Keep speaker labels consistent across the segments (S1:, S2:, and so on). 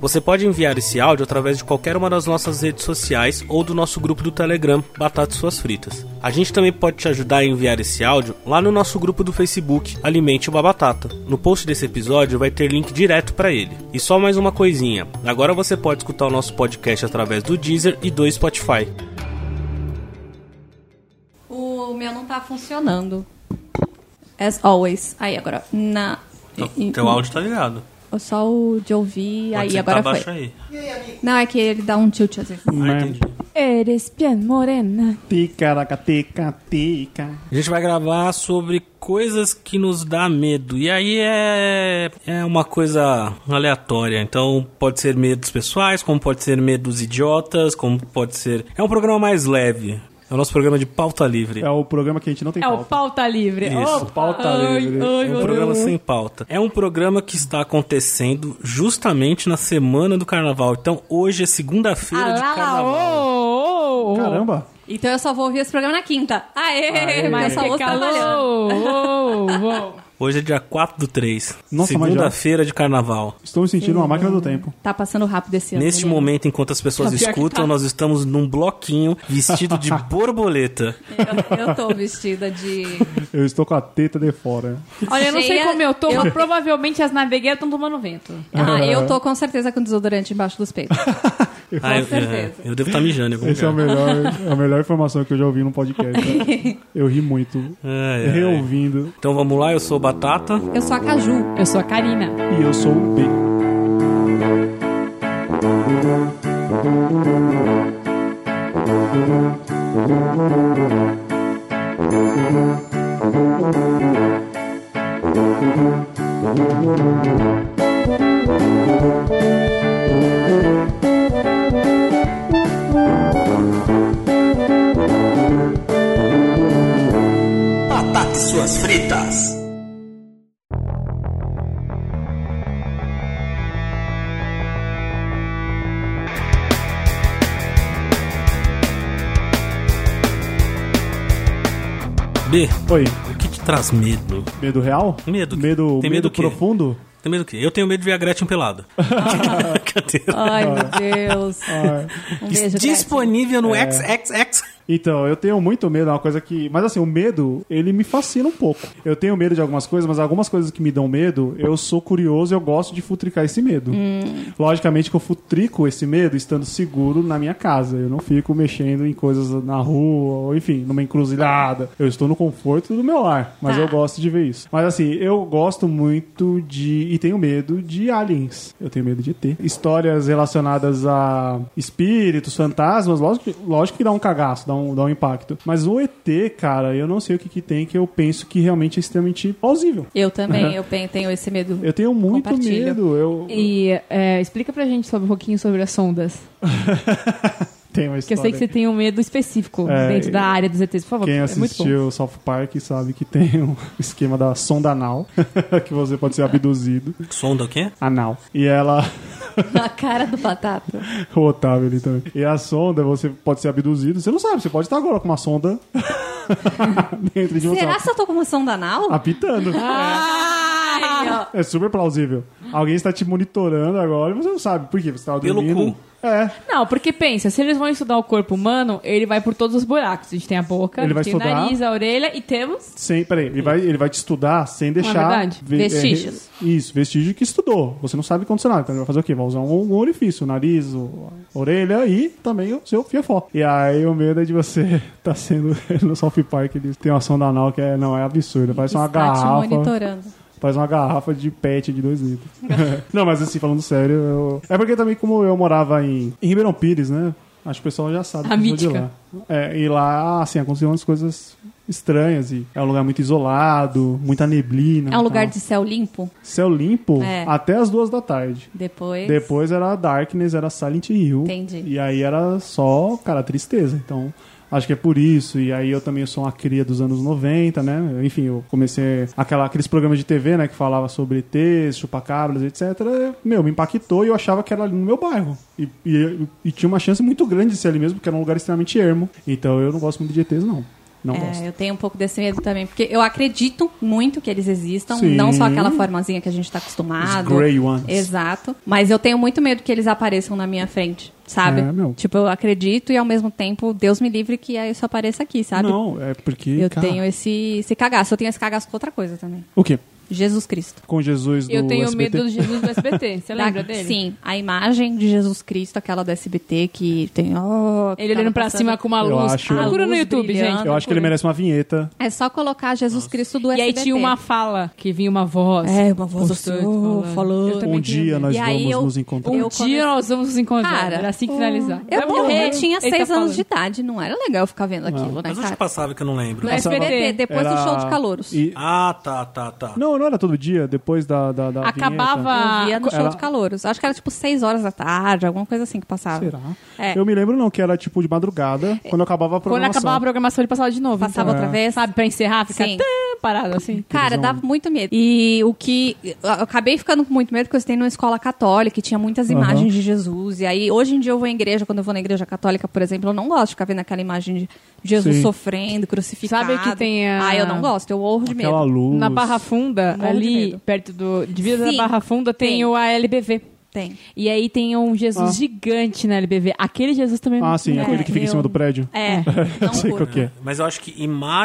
S1: Você pode enviar esse áudio através de qualquer uma das nossas redes sociais ou do nosso grupo do Telegram, Batatas Suas Fritas. A gente também pode te ajudar a enviar esse áudio lá no nosso grupo do Facebook, Alimente uma Batata. No post desse episódio vai ter link direto para ele. E só mais uma coisinha: agora você pode escutar o nosso podcast através do Deezer e do Spotify.
S2: O meu não tá funcionando. As always. Aí agora. Na. é
S1: Então, teu áudio tá ligado.
S2: Só o de ouvir.
S1: Pode
S2: aí
S1: ser que tá
S2: agora foi.
S1: baixo aí.
S2: Não, é que ele dá um tilt assim.
S1: Ah, entendi.
S2: Eres bien morena.
S3: Ticaraca, tica, tica.
S1: A gente vai gravar sobre coisas que nos dá medo. E aí é, é uma coisa aleatória. Então pode ser medos pessoais, como pode ser medos idiotas, como pode ser. É um programa mais leve. É o nosso programa de pauta livre.
S3: É o programa que a gente não tem
S2: É o
S3: pauta.
S2: pauta livre.
S1: Isso.
S2: Opa.
S3: Pauta
S2: Ai,
S3: livre.
S2: ai,
S1: É
S2: meu
S1: um programa
S2: Deus.
S1: sem pauta. É um programa que está acontecendo justamente na semana do carnaval. Então hoje é segunda-feira de
S2: Ah, lá, lá,
S1: carnaval.
S2: ô, ô, ô.
S3: Caramba.
S2: Então eu só vou ouvir esse programa na quinta. Aê, porque eu só ouço trabalhando.
S1: Hoje é dia 4 do 3.
S3: Nossa, mas já-
S1: Segunda-feira de carnaval.
S3: Estou me sentindo uma máquina do tempo.
S2: Tá passando rápido esse ano.
S1: Neste
S2: né?
S1: momento, enquanto as pessoas
S2: Pior que
S1: escutam,
S2: tá.
S1: nós estamos num bloquinho vestido de borboleta.
S2: Eu, eu tô vestida de.
S3: Eu estou com a teta de fora.
S4: Olha, eu não sei
S2: Cheia-
S4: como eu tô,
S2: eu-
S4: mas provavelmente as navegueiras estão tomando vento.
S2: Ah, eu tô com certeza com desodorante embaixo dos peitos.
S1: Ah, eu,
S2: certeza.
S1: é, eu devo estar mijando em algum
S3: Essa é a
S1: lugar.
S3: melhor, a melhor informação que eu já ouvi num podcast. né? Eu ri muito.
S1: Ai, ai.
S3: Reouvindo.
S1: Então vamos lá, eu sou o Batata.
S2: Eu sou a Caju.
S4: Eu sou a Karina.
S3: E eu sou o B.
S5: Batatas suas fritas.
S1: B,
S3: Oi,
S1: o que te traz medo?
S3: medo real?
S1: Medo.
S3: Medo,
S1: Tem medo
S3: medo
S1: o quê?
S3: profundo?
S1: Tem medo do quê? Eu tenho medo de ver a Gretchen pelada. Brincadeira.
S2: Ai, meu Deus.
S3: Ah,
S2: Um beijo, Gretchen.
S1: Disponível no XXX.
S3: Então, eu tenho muito medo, é uma coisa que. Mas assim, o medo, ele me fascina um pouco. Eu tenho medo de algumas coisas, mas algumas coisas que me dão medo, eu sou curioso e eu gosto de futricar esse medo. Logicamente que eu futrico esse medo estando seguro na minha casa. Eu não fico mexendo em coisas na rua, ou enfim, numa encruzilhada. Eu estou no conforto do meu lar, mas
S2: Tá.
S3: eu gosto de ver isso. Mas assim, eu gosto muito de. E tenho medo de aliens. Eu tenho medo de ET. Histórias relacionadas a espíritos, fantasmas, lógico que, lógico que dá um cagaço, dá um, dá um impacto. Mas o ET, cara, eu não sei o que, que tem que eu penso que realmente é extremamente plausível.
S2: Eu também, eu pe- tenho esse medo.
S3: Eu tenho muito
S2: Compartilho.
S3: medo. Eu
S4: E é, explica pra gente sobre, um pouquinho sobre as sondas.
S3: tenho uma
S4: Porque eu
S3: história.
S4: sei que você tem um medo específico
S3: É,
S4: dentro da área dos ETs, por favor.
S3: Quem
S4: é muito bom.
S3: assistiu South Park sabe que tem um esquema da sonda anal, que você pode ser abduzido.
S1: Sonda o quê?
S3: Anal. E ela.
S2: A cara do batata.
S3: O Otávio ali também. E a sonda, você pode ser abduzido. Você não sabe, você pode estar agora com uma sonda dentro de você.
S2: Será Ah. que eu tô com moção danal?
S3: Apitando.
S2: Ai, ó.
S3: É super plausível. Alguém está te monitorando agora e você não sabe. Por quê? Você estava
S1: Pelo
S3: dormindo.
S1: cu.
S3: É.
S4: Não, porque pensa, se eles vão estudar o corpo humano, ele vai por todos os buracos. A gente tem a boca,
S3: Ele
S4: a
S3: vai
S4: gente tem o
S3: estudar.
S4: nariz, a orelha e temos.
S3: Sem, peraí, ele vai, ele vai te estudar sem deixar.
S4: verdade?
S3: ve- é,
S2: Vestígios.
S3: re- isso, vestígio que estudou. Você não sabe condicionar. Então ele vai fazer o quê? Vai usar um, um orifício, o nariz, o- a orelha e também o seu fiofó. E aí o medo é de você tá sendo. No South Park eles têm uma sonda anal que é, não, é absurda. Parece uma
S2: Está te
S3: garrafa.
S2: monitorando.
S3: Faz uma garrafa de pet de 2 litros. não, mas assim, falando sério, eu- é porque também como eu morava em, em Ribeirão Pires, né? Acho que o pessoal já sabe
S4: A
S3: que eu sou de
S4: mítica.
S3: lá. É, e lá, assim, aconteciam umas coisas estranhas. E é um lugar muito isolado, muita neblina.
S2: É um
S3: e
S2: lugar
S3: tal.
S2: de céu limpo?
S3: Céu limpo
S2: É.
S3: até as duas da tarde.
S2: Depois.
S3: Depois era Darkness, era Silent Hill.
S2: Entendi.
S3: E aí era só, cara, tristeza. Então, Acho que é por isso. E aí eu também sou uma cria dos anos 90, né? Enfim, eu comecei aquela, aqueles programas de TV, né? Que falava sobre ETs, chupacabras, etc. Meu, me impactou e eu achava que era ali no meu bairro. E, e- e tinha uma chance muito grande de ser ali mesmo, porque era um lugar extremamente ermo. Então eu não gosto muito de ETs, não. Não
S2: É,
S3: gosto.
S2: eu tenho um pouco desse medo também, porque eu acredito muito que eles existam,
S3: Sim.
S2: não só aquela formazinha que a gente tá acostumado.
S3: Os grey ones.
S2: Exato. Mas eu tenho muito medo que eles apareçam na minha frente, sabe?
S3: É, meu.
S2: Tipo, eu acredito e ao mesmo tempo, Deus me livre que isso apareça aqui, sabe?
S3: Não, é porque.
S2: eu
S3: cara,
S2: tenho esse, esse cagaço. Eu tenho esse cagaço com outra coisa também.
S3: O quê?
S2: Jesus Cristo.
S3: Com Jesus do
S4: Eu tenho
S3: SBT?
S4: medo do Jesus do SBT. Você
S2: Da-
S4: lembra dele?
S2: Sim, a imagem de Jesus Cristo, aquela do SBT que tem. Oh, que
S4: Ele
S2: tava
S4: olhando pra
S2: passando-
S4: cima com uma
S3: Eu
S4: luz.
S3: acho-
S4: Ah, Procura no
S2: Luz
S4: YouTube,
S2: brilhando.
S4: gente.
S3: Eu acho que ele merece uma vinheta.
S2: É só colocar Jesus Cristo do
S4: E aí
S2: SBT.
S4: tinha uma fala que vinha uma voz.
S2: É, uma voz do
S4: constante
S2: Senhor falando.
S4: Eu também
S3: assim, Um
S4: queria
S3: dia
S4: ver.
S3: nós
S2: E aí
S3: vamos
S2: eu-
S3: nos encontrar.
S4: Um
S2: eu
S4: dia
S2: comecei-
S4: nós vamos nos encontrar.
S2: Cara,
S4: Era assim que finalizar.
S2: Eu,
S4: Vai
S2: eu,
S4: morrer.
S2: tinha
S4: Ele tá
S2: seis anos
S4: falando.
S2: de idade, não era legal eu ficar vendo aquilo, né,
S1: Mas onde
S2: cara?
S1: que passava que eu não lembro?
S2: No
S4: Passava-
S2: SBT, depois do
S3: Era-
S2: show de calouros.
S3: E-
S1: Ah, tá, tá, tá.
S3: Não, não era todo dia, depois da. da, da vinheta.
S2: Eu via
S4: Acabava.
S2: no show
S3: Ela-
S2: de calouros. Acho que era tipo seis horas da tarde, alguma coisa assim que passava.
S3: Será?
S2: É.
S3: Eu me lembro não, que era tipo de madrugada, quando acabava a
S4: É. Quando
S3: programação.
S4: acabava a programação, ele passava de novo. então.
S2: Passava outra vez.
S4: Sabe, pra encerrar, ficar
S2: Sim.
S4: tã, parado assim.
S2: Cara, dava muito medo. E o que. Eu acabei ficando com muito medo porque eu estudei numa escola católica e tinha muitas imagens de Jesus. E aí, hoje em dia, eu vou à igreja, quando eu vou na igreja católica, por exemplo, eu não gosto de ficar vendo aquela imagem de Jesus
S3: Sim.
S2: sofrendo, crucificado.
S4: Sabe que tem a-
S2: Ah, eu não gosto, eu morro de medo.
S3: Aquela luz.
S4: Na Barra Funda,
S2: Morro de
S4: ali
S2: medo.
S4: perto do. De Vila
S2: Sim,
S4: da Barra Funda, tem,
S2: tem.
S4: o ALBV.
S2: Tem.
S4: E aí tem um Jesus
S3: Ah.
S4: gigante na LBV. Aquele Jesus também.
S3: Ah, sim,
S4: é.
S3: aquele que fica em
S2: eu-
S3: cima do prédio.
S2: É,
S3: Eu sei
S2: não
S3: qual
S2: curto.
S3: que é.
S1: Mas eu acho que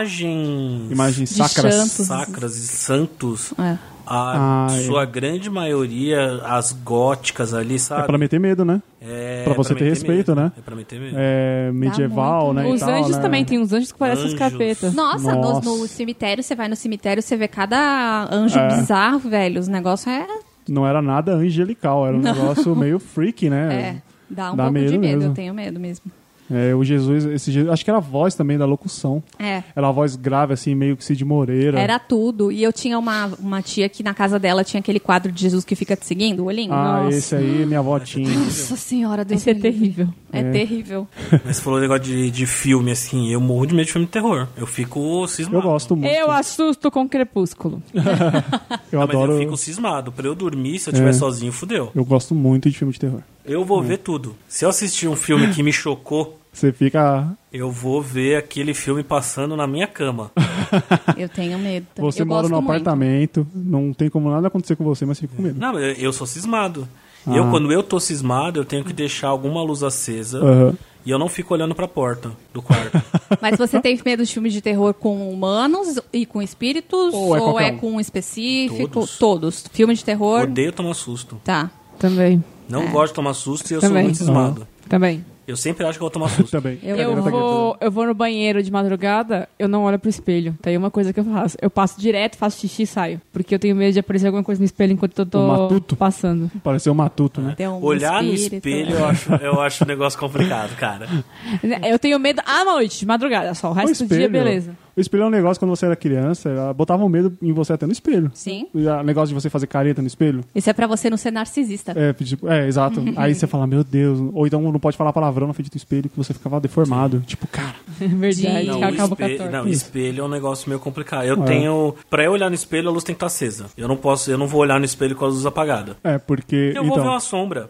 S1: imagens
S3: Imagens
S2: De
S3: sacras.
S2: santo.
S1: sacras e santos,
S2: É.
S1: a
S3: Ai.
S1: sua grande maioria, as góticas ali,
S3: É
S1: sabe?
S3: pra meter medo, né?
S1: É
S3: pra você ter
S1: meter
S3: respeito,
S1: medo.
S3: né?
S1: É pra meter medo.
S3: É medieval,
S2: muito
S3: né? e
S4: Os
S3: tal,
S4: anjos
S3: né?
S4: também, tem uns anjos que parecem os
S1: Anjos.
S4: capetas.
S2: Nossa, nos-
S3: Nossa.
S2: no cemitério, você vai no cemitério, você vê cada anjo
S3: É.
S2: bizarro, velho. Os negócios é.
S3: Não era nada angelical, era um negócio meio freak, né?
S2: é, dá um
S3: Dá
S2: pouco de
S3: medo
S2: medo,
S3: mesmo.
S2: eu tenho medo mesmo.
S3: É, o Jesus, esse Jesus, acho que era a voz também da locução.
S2: É.
S3: Era a voz grave, assim, meio que Cid Moreira.
S2: Era tudo. E eu tinha uma, uma tia que na casa dela tinha aquele quadro de Jesus que fica te seguindo, o olhinho.
S3: Ah,
S4: Nossa.
S3: esse aí, minha avó tinha.
S2: Nossa senhora, Deus
S4: Esse é
S2: me livre.
S4: terrível.
S2: É, terrível.
S1: Mas você falou um negócio de, de filme, assim, eu morro de medo de filme de terror. Eu fico cismado.
S3: Eu gosto muito.
S4: Eu assusto com crepúsculo.
S3: Eu
S1: Não,
S3: adoro.
S1: Mas eu fico cismado. Pra eu dormir, se eu estiver
S3: É.
S1: sozinho, fudeu.
S3: Eu gosto muito de filme de terror.
S1: Eu vou ver tudo. Se eu assistir um filme que me chocou,
S3: Você fica.
S1: eu vou ver aquele filme passando na minha cama.
S2: Eu tenho medo. também.
S3: Você
S2: eu
S3: mora
S2: gosto
S3: num
S2: muito.
S3: apartamento, não tem como nada acontecer com você, mas você fica com medo.
S1: Não, eu, eu sou cismado.
S3: Ah.
S1: Eu, quando eu tô cismado, eu tenho que deixar alguma luz acesa
S3: Aham.
S1: e eu não fico olhando pra porta do quarto.
S2: Mas você tem medo de filmes de terror com humanos e com espíritos?
S3: Ou é qualquer um?
S2: com um específico?
S1: Todos.
S2: Filme de terror?
S1: Odeio tomar susto.
S2: Tá.
S4: Também.
S1: Não gosto de tomar susto e eu sou
S4: Também.
S1: muito cismado.
S4: Também.
S1: Eu sempre acho que eu vou tomar susto.
S3: Também.
S2: Eu-
S3: A galera
S4: Eu
S3: tá
S4: vou, eu vou no banheiro de madrugada, eu não olho pro espelho. Tem uma coisa que eu faço. Eu passo direto, faço xixi e saio. Porque eu tenho medo de aparecer alguma coisa no espelho enquanto eu
S3: O
S4: tô
S3: matuto.
S4: passando.
S3: gritando. Pareceu um matuto, né?
S4: É
S2: Tem um
S1: Olhar no
S2: espírito.
S4: né?
S1: espelho eu acho, eu acho um negócio complicado, cara.
S4: Eu tenho medo à noite, de madrugada
S2: um
S4: só. O
S3: O
S4: resto do dia, beleza.
S3: O espelho é um negócio quando você era criança, ela botava um medo em você até no espelho.
S2: Sim.
S3: O negócio de você fazer careta no espelho.
S2: Isso é pra você não ser narcisista.
S3: É, tipo, é, exato. Aí você fala, meu Deus. Ou então não pode falar palavrão na frente do espelho, que você ficava deformado. Tipo, cara.
S4: Verdade,
S1: Não,
S4: ficar com a
S1: o
S4: boca
S1: espelho,
S4: torta. É.
S1: não, espelho é um negócio meio complicado. Eu tenho. Pra eu olhar no espelho, a luz tem que estar acesa. Eu não posso, eu não vou olhar no espelho com a luz apagada.
S3: É, porque.
S1: Eu vou
S3: então,
S1: ver uma sombra.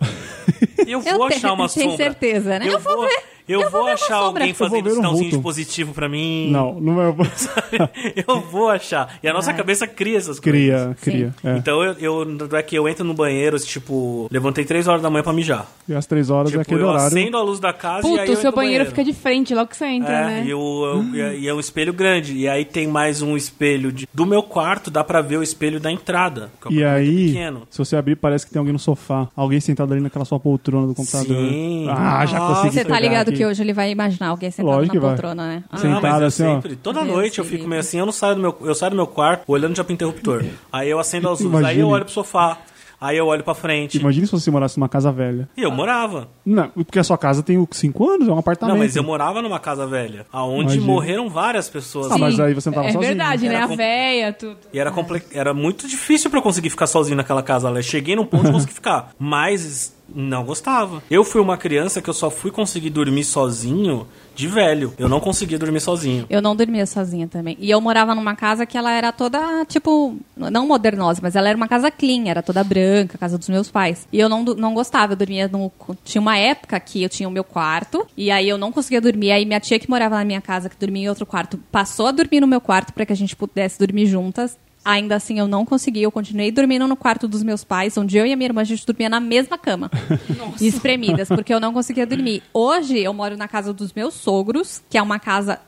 S1: Eu vou
S2: Eu
S1: achar
S2: tenho-
S1: uma
S2: tenho
S1: sombra.
S2: certeza, né?
S1: Eu,
S2: Eu vou
S1: vou,
S2: ver-
S1: Eu,
S2: eu
S1: vou,
S2: vou ver uma
S1: achar
S2: sombra.
S1: alguém
S2: Eu
S3: vou
S1: fazendo
S3: ver um
S1: sinalzinho de
S3: vulto.
S1: positivo pra mim.
S3: Não, não é.
S1: eu vou achar. E a nossa cabeça cria essas coisas.
S3: cria, cria. É.
S1: Então eu, eu, tanto é que eu entro no banheiro, tipo, levantei três horas da manhã pra mijar.
S3: E às três horas
S1: Tipo,
S3: é aquele
S1: eu
S3: horário.
S1: acendo a luz da casa e aí eu
S4: Puta, o seu
S1: entro no
S4: banheiro, fica de frente logo que você entra,
S1: é,
S4: né?
S1: e, o- eu- e- e é um espelho grande. E aí tem mais um espelho de- do meu quarto, dá pra ver o espelho da entrada. que é um
S3: E
S1: apartamento
S3: aí,
S1: pequeno.
S3: se você abrir, parece que tem alguém no sofá. Alguém sentado ali naquela sua poltrona do computador.
S1: Sim.
S3: Ah, já
S1: Nossa.
S3: consegui
S2: Você tá
S3: pegar
S2: ligado
S3: aqui.
S2: que hoje ele vai imaginar alguém sentado
S3: Lógico que
S2: na
S3: vai.
S2: poltrona, né? Ah,
S1: Ah, mas
S3: Sentado
S1: eu
S3: assim, ó.
S1: sempre- Toda
S2: Deus
S1: noite
S2: se
S1: eu fico
S2: livre.
S1: meio assim, eu não saio do meu, eu saio do meu quarto olhando já pro interruptor. aí eu acendo as luzes, aí
S3: Imagine.
S1: eu olho pro sofá, aí eu olho pra frente.
S3: Imagina se você morasse numa casa velha.
S1: E eu morava.
S3: Não, porque a sua casa tem o- cinco anos, é um apartamento.
S1: Não, mas eu morava numa casa velha, aonde
S3: Imagina.
S1: morreram várias pessoas.
S3: Ah, mas aí você não tava
S4: é
S3: sozinho.
S4: verdade, né?
S1: Era
S4: A
S2: tá
S1: com-
S4: véia, tudo.
S1: E era, comple- era muito difícil pra eu conseguir ficar sozinho naquela casa lá. Eu Cheguei num ponto de conseguir ficar. Mas Não gostava. Eu fui uma criança que eu só fui conseguir dormir sozinho de velho. Eu não conseguia dormir sozinho.
S2: Eu não dormia sozinha também. E eu morava numa casa que ela era toda, tipo, não modernosa, mas ela era uma casa clean, era toda branca, casa dos meus pais. E eu não, do- não gostava, eu dormia no. Tinha uma época que eu tinha o meu quarto, e aí eu não conseguia dormir. Aí minha tia que morava na minha casa, que dormia em outro quarto, passou a dormir no meu quarto para que a gente pudesse dormir juntas. Ainda assim, eu não consegui. Eu continuei dormindo no quarto dos meus pais, onde eu e a minha irmã a gente dormia na mesma cama. Espremidas, porque eu não conseguia dormir. Hoje, eu moro na casa dos meus sogros, que é uma casa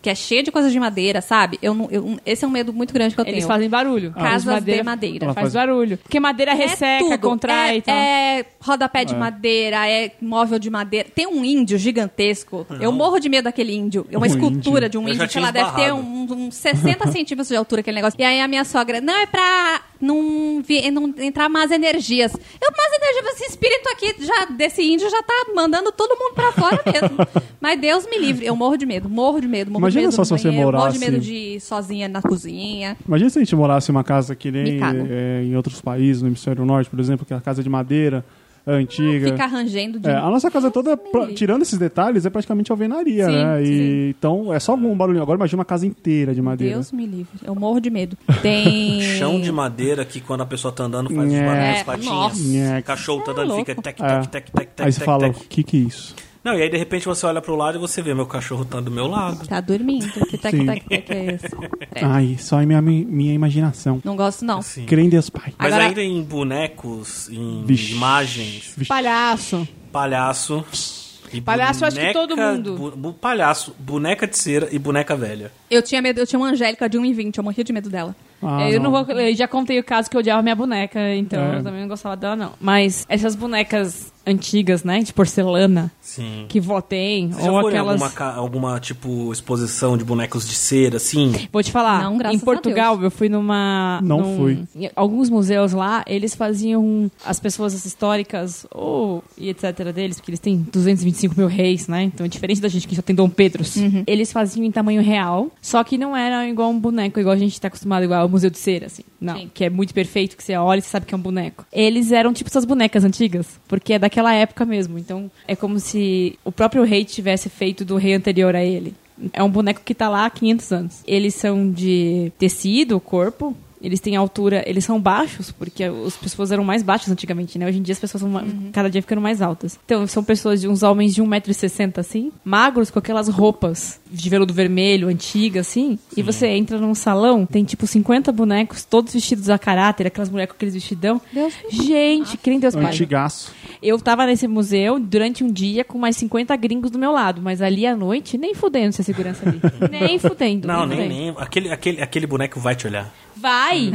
S2: que é cheia de coisas de madeira, sabe? Eu, não- eu- esse é um medo muito grande que eu
S4: Eles
S2: tenho.
S4: fazem barulho.
S2: Casas
S4: Os
S2: de madeira.
S4: Faz, É
S3: Ela faz-
S4: barulho. Porque madeira resseca, contrai
S2: é,
S4: e tal.
S2: é rodapé de madeira, é móvel de madeira. Tem um índio gigantesco. Eu morro de medo daquele índio. É uma
S3: Um
S2: escultura
S3: índio.
S2: de um
S1: Eu já
S2: índio que
S1: tinha
S2: ela deve ter
S1: esbarrado.
S2: uns um, 60 centímetros de altura, aquele negócio. E aí a minha sogra, não, é pra não, vi- não entrar mais energias. Eu, mais energias, esse espírito aqui já, desse índio já tá mandando todo mundo pra fora mesmo. Mas Deus me livre. Eu morro de medo, morro de medo, morro
S3: Imagina
S2: de medo.
S3: só
S2: no
S3: se você
S2: banheiro, Morro de
S3: morasse-
S2: medo de ir sozinha na cozinha.
S3: Imagina se a gente morasse em uma casa que
S2: Me
S3: nem
S2: cago.
S3: é, em outros países, no hemisfério norte, por exemplo, que é a casa de madeira é, antiga.
S2: Ficar arranjando de
S3: É, a nossa casa toda,
S2: me
S3: pra-
S2: livre.
S3: tirando esses detalhes, é praticamente alvenaria,
S2: Sim,
S3: né? E,
S2: sim.
S3: Então é só um barulhinho. Agora imagina uma casa inteira de madeira.
S2: Deus me livre. Eu morro de medo. Tem.
S1: Chão de madeira que quando a pessoa tá andando faz os
S3: Nhé.
S1: barulhos,
S2: É,
S1: as patinhas.
S2: nossa.
S3: Nhé.
S1: Cachorro tá
S2: É
S1: dando,
S2: louco.
S1: fica tec,
S3: É.
S1: tec, tec, tec, tec,
S3: Aí você
S1: tec,
S3: fala, o
S1: tec.
S3: que que é isso?
S1: Não, e aí de repente você olha pro lado e você vê, meu cachorro tá do meu lado.
S2: Tá dormindo. Que tec,
S3: Sim.
S2: tec, tec é esse? É.
S3: Ai, só é minha, minha imaginação.
S2: Não gosto, não.
S1: Sim.
S3: Crê em Deus, Pai.
S1: Mas
S2: Agora-
S1: ainda em bonecos, em
S3: Vixe.
S1: imagens,
S3: Vixe.
S4: Palhaço.
S1: palhaço. e
S4: Palhaço, eu acho que todo
S1: boneca-
S4: mundo.
S1: bu- bu- palhaço, boneca de cera e boneca velha.
S2: Eu tinha medo, eu tinha uma Angélica de 1,20, eu morria de medo dela.
S3: Ah,
S4: eu não, vou. Eu já contei o caso que eu odiava minha boneca, então
S3: É.
S4: eu também não gostava dela, não. Mas essas bonecas antigas, né? De porcelana,
S1: Sim.
S4: que vó tem,
S1: Você já
S4: ou
S1: foi em
S4: aquelas.
S1: alguma, ca- alguma, tipo, exposição de bonecos de cera, assim?
S4: Vou te falar,
S2: Não, graças
S4: em
S2: a
S4: Portugal eu fui numa.
S3: Não
S4: num-
S3: fui.
S4: em alguns museus lá, eles faziam as pessoas históricas ou e etc. deles, porque eles têm 225 mil reis, né? Então é diferente da gente que só tem Dom Pedros. Eles faziam em tamanho real, só que não era igual um boneco, igual a gente tá acostumado, igual ao Museu de Cera, assim. Não,
S2: Sim.
S4: que é muito perfeito, que você olha e você sabe que é um boneco. Eles eram tipo essas bonecas antigas, porque é daquela época mesmo. Então é como se o próprio rei tivesse feito do rei anterior a ele. É um boneco que tá lá há 500 anos. Eles são de tecido, corpo. Eles têm altura, eles são baixos, porque as pessoas eram mais baixas antigamente, né? Hoje em dia as pessoas são ma- cada dia ficando mais altas. Então, são pessoas de uns homens de 1,60m, assim, magros, com aquelas roupas de veludo vermelho, antiga, assim. E você entra num salão, tem tipo 50 bonecos, todos vestidos a caráter, aquelas mulheres com aqueles vestidão.
S2: Deus
S4: Gente, que nem Deus pai.
S3: Antigaço.
S4: Eu tava nesse museu durante um dia com mais 50 gringos do meu lado, mas ali à noite, nem fudendo se a segurança ali. nem fudendo.
S1: Não, nem
S4: fudendo.
S1: lembro. Aquele, aquele, aquele boneco vai te olhar.
S4: Vai!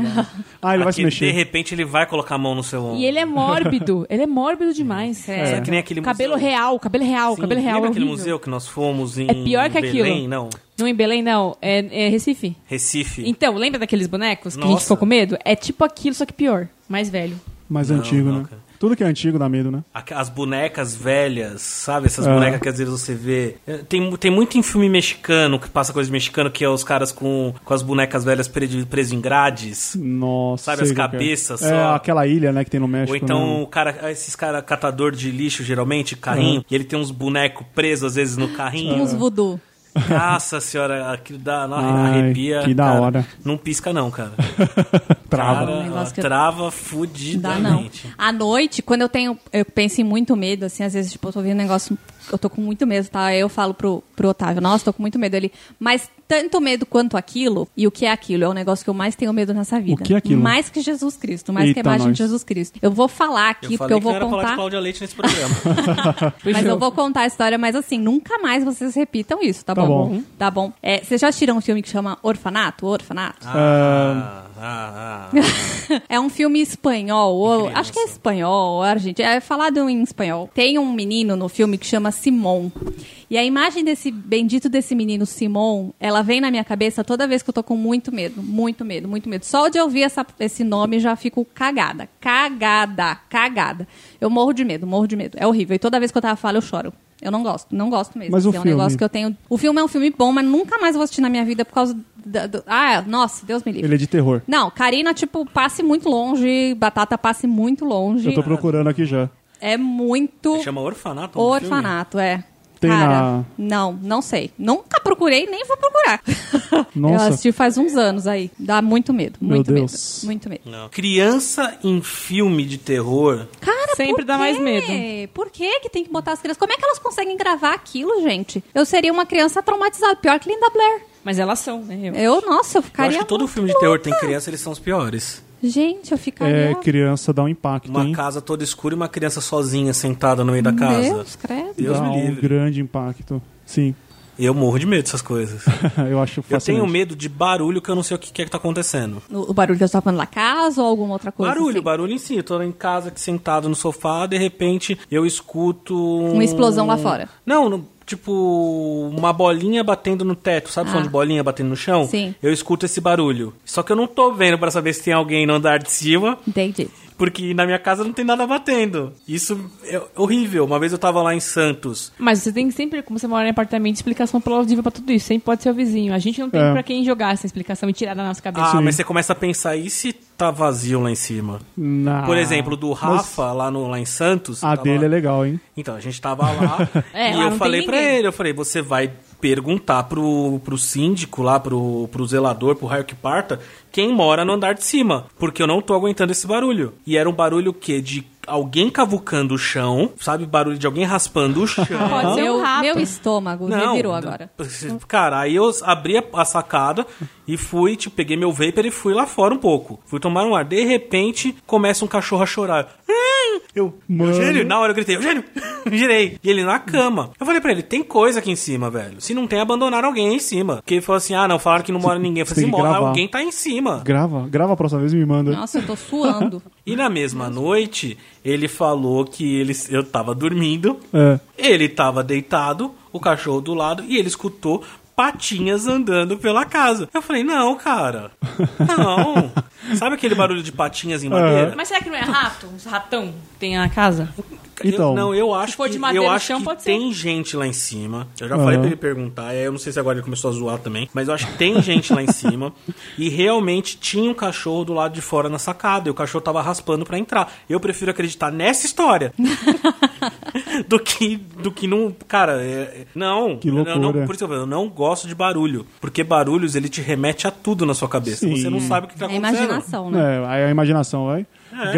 S3: Ah, ele vai se
S1: Aquele- De
S3: mexer.
S1: repente ele vai colocar a mão no seu ombro.
S4: E ele é mórbido. Ele é mórbido demais.
S1: Sabe É, que nem aquele
S4: cabelo
S1: museu?
S4: real, cabelo real,
S1: Sim,
S4: cabelo real.
S1: Lembra
S4: é
S1: aquele
S4: horrível.
S1: museu que nós fomos em
S4: É pior que aquilo.
S1: Belém, não,
S4: Não em Belém, não. É, é Recife.
S1: Recife.
S4: Então, lembra daqueles bonecos que a gente
S1: Nossa.
S4: ficou com medo? É tipo aquilo, só que pior. Mais velho.
S3: Mais
S1: Não,
S3: antigo,
S1: não,
S3: né?
S1: cara.
S3: Tudo que é antigo dá medo, né?
S1: Aqu- As bonecas velhas, sabe? Essas
S3: Ah.
S1: bonecas que às vezes você vê. É, Tem, mu- tem muito em filme mexicano que passa coisa de mexicano, que é os caras com, com as bonecas velhas preso, preso em grades.
S3: Nossa.
S1: Sabe as
S3: sei qual que é.
S1: cabeças
S3: É,
S1: só?
S3: aquela ilha, né, que tem no México.
S1: Ou então
S3: né?
S1: o cara, esses caras catador de lixo, geralmente,
S3: Ah.
S1: carrinho, e ele tem uns bonecos presos às vezes no carrinho.
S2: Uns voodoo.
S1: Nossa senhora, aquilo dá, não,
S3: Ai,
S1: arrepia.
S3: que da
S1: cara.
S3: hora.
S1: Não pisca, não, cara.
S3: né? Trava.
S1: Cara,
S2: Um negócio que eu-
S1: trava
S2: Dá não.
S1: fudidamente.
S2: À noite, quando eu tenho, eu penso em muito medo, assim, às vezes, tipo, eu tô ouvindo um negócio, eu tô com muito medo, tá? Aí eu falo pro, pro Otávio, nossa, tô com muito medo. Ele, mas tanto medo quanto aquilo, e o que é aquilo? É o negócio que eu mais tenho medo nessa vida.
S3: que é aquilo?
S2: Mais que Jesus Cristo, mais que a
S3: Eita,
S2: imagem
S3: nós.
S2: de Jesus Cristo. Eu vou falar aqui,
S1: eu
S2: porque
S1: falei
S2: eu vou
S1: que não era falar de
S2: contar.
S1: Cláudia Leite nesse programa.
S2: Mas eu vou contar a história, mas assim, nunca mais vocês repitam isso, tá,
S3: Tá
S2: bom?
S3: bom.
S2: Tá bom. É, vocês já assistiram um filme que chama Orfanato? Orfanato?
S1: Ah, ah, ah.
S2: é um filme espanhol, ou, acho
S3: assim.
S2: que é espanhol, ou argentino, é falado em espanhol. Tem um menino no filme que chama Simon. E a imagem desse bendito desse menino Simon, ela vem na minha cabeça toda vez que eu tô com muito medo, muito medo, muito medo. Só de ouvir essa- esse nome já fico cagada, cagada, cagada. Eu morro de medo, morro de medo. É horrível. E toda vez que eu tava falando, eu choro. Eu não gosto, não gosto mesmo.
S3: Mas o
S2: Assim, é um negócio
S3: filme?
S2: que eu tenho. O filme é um filme bom, mas nunca mais vou assistir na minha vida por causa da- do... Ah, nossa, Deus me livre.
S3: Ele é de terror.
S2: Não, Karina, tipo, passe muito longe, Batata passe muito longe.
S3: Eu tô procurando aqui já.
S2: É muito.
S1: Chama orfanato. o um filme?
S2: Orfanato, é.
S3: Tem
S2: Cara,
S3: na-
S2: não, não sei. Nunca procurei, nem vou procurar.
S3: Nossa.
S2: Eu assisti faz uns anos aí. Dá muito medo,
S3: Meu
S2: muito
S3: Deus.
S2: medo, muito medo.
S1: Não. Criança em filme de terror.
S2: Cara,
S4: Sempre
S2: por
S4: dá mais
S2: quê?
S4: medo.
S2: Por que que tem que botar as crianças? Como é que elas conseguem gravar aquilo, gente? Eu seria uma criança traumatizada, pior que Linda Blair.
S4: Mas elas são, né? Eu.
S2: Eu, nossa, eu
S1: Eu
S2: ficaria
S1: acho que todo
S2: muito
S1: filme de terror tem
S2: louca.
S1: criança, eles são os piores.
S2: Gente, eu
S3: É,
S2: ficaria...
S3: criança dá um impacto,
S1: Uma
S3: hein?
S1: casa toda escura e uma criança sozinha sentada no meio da casa.
S2: Deus, credo.
S1: Deus
S3: dá
S1: me
S3: um
S1: livre.
S3: grande impacto. Sim,
S1: Eu morro de medo dessas coisas.
S3: eu acho
S1: Eu
S3: fascinante.
S1: tenho medo de barulho que eu não sei o que que é que tá acontecendo.
S2: O o barulho que eu estava falando da casa ou alguma outra coisa?
S1: barulho,
S2: assim?
S1: barulho em si. Eu tô em casa aqui sentado no sofá, de repente eu escuto. um-
S2: Uma explosão lá fora.
S1: Não, no- tipo, uma bolinha batendo no teto. Sabe o som
S2: Ah.
S1: de bolinha batendo no chão?
S2: Sim.
S1: Eu escuto esse barulho. Só que eu não tô vendo pra saber se tem alguém no andar de cima.
S2: Entendi.
S1: Porque na minha casa não tem nada batendo. Isso é horrível. Uma vez eu tava lá em Santos.
S4: Mas você tem sempre, como você mora em apartamento, explicação plausível pra tudo isso. Sempre pode ser o vizinho. A gente não tem
S3: É.
S4: pra quem jogar essa explicação e tirar da nossa
S1: Ah,
S4: cabeça.
S1: mas você começa a pensar, e se tá vazio lá em cima?
S3: Nah.
S1: Por exemplo, do
S3: Ah. Mas
S1: Rafa, lá, no, lá em Santos.
S3: A
S1: tava-
S3: dele é legal, hein?
S1: Então, a gente tava lá
S4: É,
S1: e
S4: lá
S1: eu
S4: não
S1: falei
S4: tem
S1: pra
S4: ninguém.
S1: ele, eu falei, você vai perguntar pro, pro síndico lá, pro, pro zelador, pro raio que parta, quem mora no andar de cima, porque eu não tô aguentando esse barulho. E era um barulho que de alguém cavucando o chão, sabe, barulho de alguém raspando o chão.
S4: Pode ser um
S2: Meu,
S4: rato.
S2: meu estômago revirou agora.
S1: Cara, aí eu abri a, a sacada e fui, tipo, peguei meu vapor e fui lá fora um pouco. Fui tomar um ar. De repente, começa um cachorro a chorar. Hum! Eu,
S3: Mano.
S1: Eugênio, na hora eu gritei, Eugênio, girei. E ele na cama. Eu falei pra ele, tem coisa aqui em cima, velho. Se não tem, abandonaram alguém aí em cima. Porque ele falou assim, ah, não, falaram que não mora ninguém. Eu falei
S3: tem
S1: assim,
S3: que
S1: mora,
S3: gravar."
S1: alguém tá em cima.
S3: Grava, grava a próxima vez e me manda.
S2: Nossa, eu tô suando.
S1: E na mesma noite, ele falou que ele, eu tava dormindo,
S3: É.
S1: ele tava deitado, o cachorro do lado, e ele escutou patinhas andando pela casa. Eu falei, não, cara, não. Sabe aquele barulho de patinhas em madeira?
S4: Mas será que não é rato? Uns ratão que tem na casa?
S1: Eu-
S3: Então.
S1: não, eu acho
S4: for de
S1: que,
S4: madeira
S1: eu
S4: no
S1: acho
S4: chão,
S1: que
S4: pode ser.
S1: tem gente lá em cima. Eu já
S3: Aham.
S1: falei pra ele perguntar, e aí eu não sei se agora ele começou a zoar também, mas eu acho que tem gente lá em cima. E realmente tinha um cachorro do lado de fora na sacada, e o cachorro tava raspando pra entrar. Eu prefiro acreditar nessa história do que do que não, cara, é- é- não,
S3: Que
S1: eu não- eu não-
S3: loucura.
S1: por isso que eu falo, eu não gosto de barulho, porque barulhos ele te remete a tudo na sua cabeça.
S3: Sim.
S1: Você não sabe o que tá
S2: É
S1: acontecendo.
S2: imaginação, né?
S3: É, aí a imaginação vai. Grava.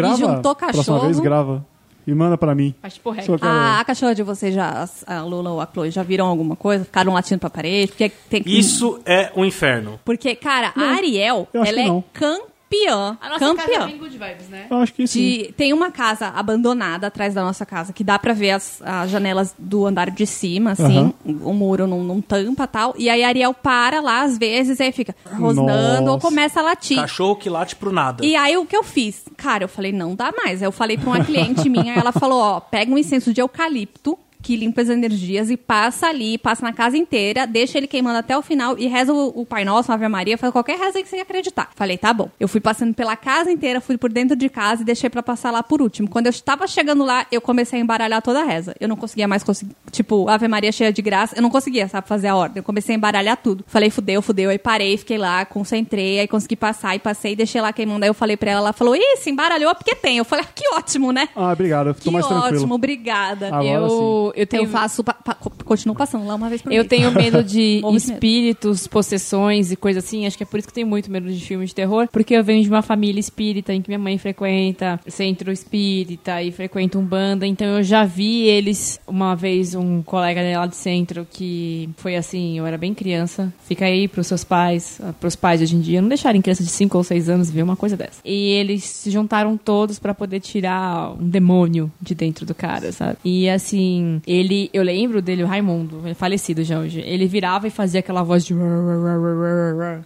S2: E Ah, juntou
S3: Próxima
S2: cachorro.
S3: vez grava. E manda pra mim.
S4: Faz tipo rec.
S3: Só que eu-
S2: A, a cachorra de vocês já, as- a Lula ou a Chloe, já viram alguma coisa? Ficaram latindo pra parede? Porque tem que-
S1: Isso é o inferno.
S2: Porque, cara, a Ariel,
S3: Eu acho
S2: ela
S3: que
S2: é
S3: não.
S2: campeã.
S1: é
S2: campeã.
S4: good vibes, né?
S3: Eu acho que sim.
S2: de- tem uma casa abandonada atrás da nossa casa que dá pra ver as, as janelas do andar de cima, assim. O muro não, não tampa tal. E aí a Ariel para lá às vezes e aí fica rosnando ou
S3: Nossa.
S2: começa a latir.
S1: Cachorro que late pro nada.
S2: E aí o que eu fiz? Cara, eu falei, não dá mais. Eu falei pra uma cliente minha, ela falou, ó, pega um incenso de eucalipto que limpa as energias e passa ali, passa na casa inteira, deixa ele queimando até o final e reza o, o Pai Nosso, uma Ave Maria, faz qualquer reza aí que você acreditar. Falei, tá bom. Eu fui passando pela casa inteira, fui por dentro de casa e deixei pra passar lá por último. Quando eu estava chegando lá, eu comecei a embaralhar toda a reza. Eu não conseguia mais conseguir, tipo, Ave Maria cheia de graça, eu não conseguia, sabe, fazer a ordem. Eu comecei a embaralhar tudo. Falei, fudeu, fudeu, aí parei, fiquei lá, concentrei, aí consegui passar e passei, deixei lá queimando. Aí eu falei pra ela, ela falou, ih, se embaralhou porque tem. Eu falei, ah, que ótimo, né?
S3: Ah, obrigado. Eu tô
S2: que
S3: mais
S2: ótimo,
S3: tranquilo.
S2: obrigada.
S3: Agora
S4: Eu, eu tenho
S2: Eu faço, pa- pa- co- continuo passando lá uma vez por
S4: Eu
S2: mês.
S4: tenho medo de
S2: Morro de medo.
S4: espíritos, possessões e coisa assim. Acho que é por isso que eu tenho muito medo de filmes de terror. Porque eu venho de uma família espírita em que minha mãe frequenta centro espírita e frequenta um banda. Então eu já vi eles. Uma vez um colega dela de centro que foi assim, eu era bem criança. Fica aí pros seus pais, ah, pros pais hoje em dia, não deixarem criança de 5 ou 6 anos ver uma coisa dessa. E eles se juntaram todos pra poder tirar um demônio de dentro do cara, sabe? E assim, ele, eu lembro dele, o Raimundo, ele é falecido já hoje. Ele virava e fazia aquela voz de.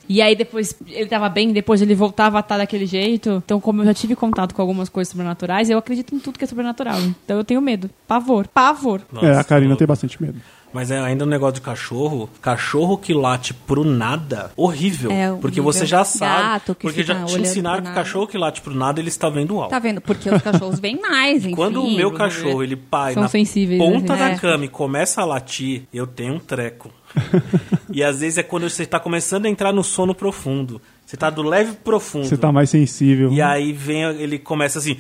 S4: E aí depois ele tava bem, depois ele voltava a estar daquele jeito. Então, como eu já tive contato com algumas coisas sobrenaturais, eu acredito em tudo que é sobrenatural. Então eu tenho medo. Pavor, pavor.
S1: Nossa,
S3: é, a Karina
S1: eu-
S3: tem bastante medo.
S1: Mas é ainda um negócio de cachorro. Cachorro que late pro nada, horrível.
S2: É, horrível.
S1: Porque você já sabe.
S2: Gato que
S1: porque
S2: fica
S1: já te
S2: olhando
S1: ensinaram
S2: pro
S1: que
S2: nada.
S1: cachorro que late pro nada, ele está vendo algo.
S2: Tá né? vendo? Porque os cachorros vêm mais, enfim.
S1: Quando o meu cachorro, ele pai
S4: São
S1: na
S4: sensíveis, né,
S1: ponta
S4: gente?
S1: da
S2: É.
S1: cama e começa a latir, eu tenho um treco. e às vezes é quando você tá começando a entrar no sono profundo. Você tá do leve pro profundo.
S3: um- Você tá mais sensível.
S1: E aí vem, ele começa assim.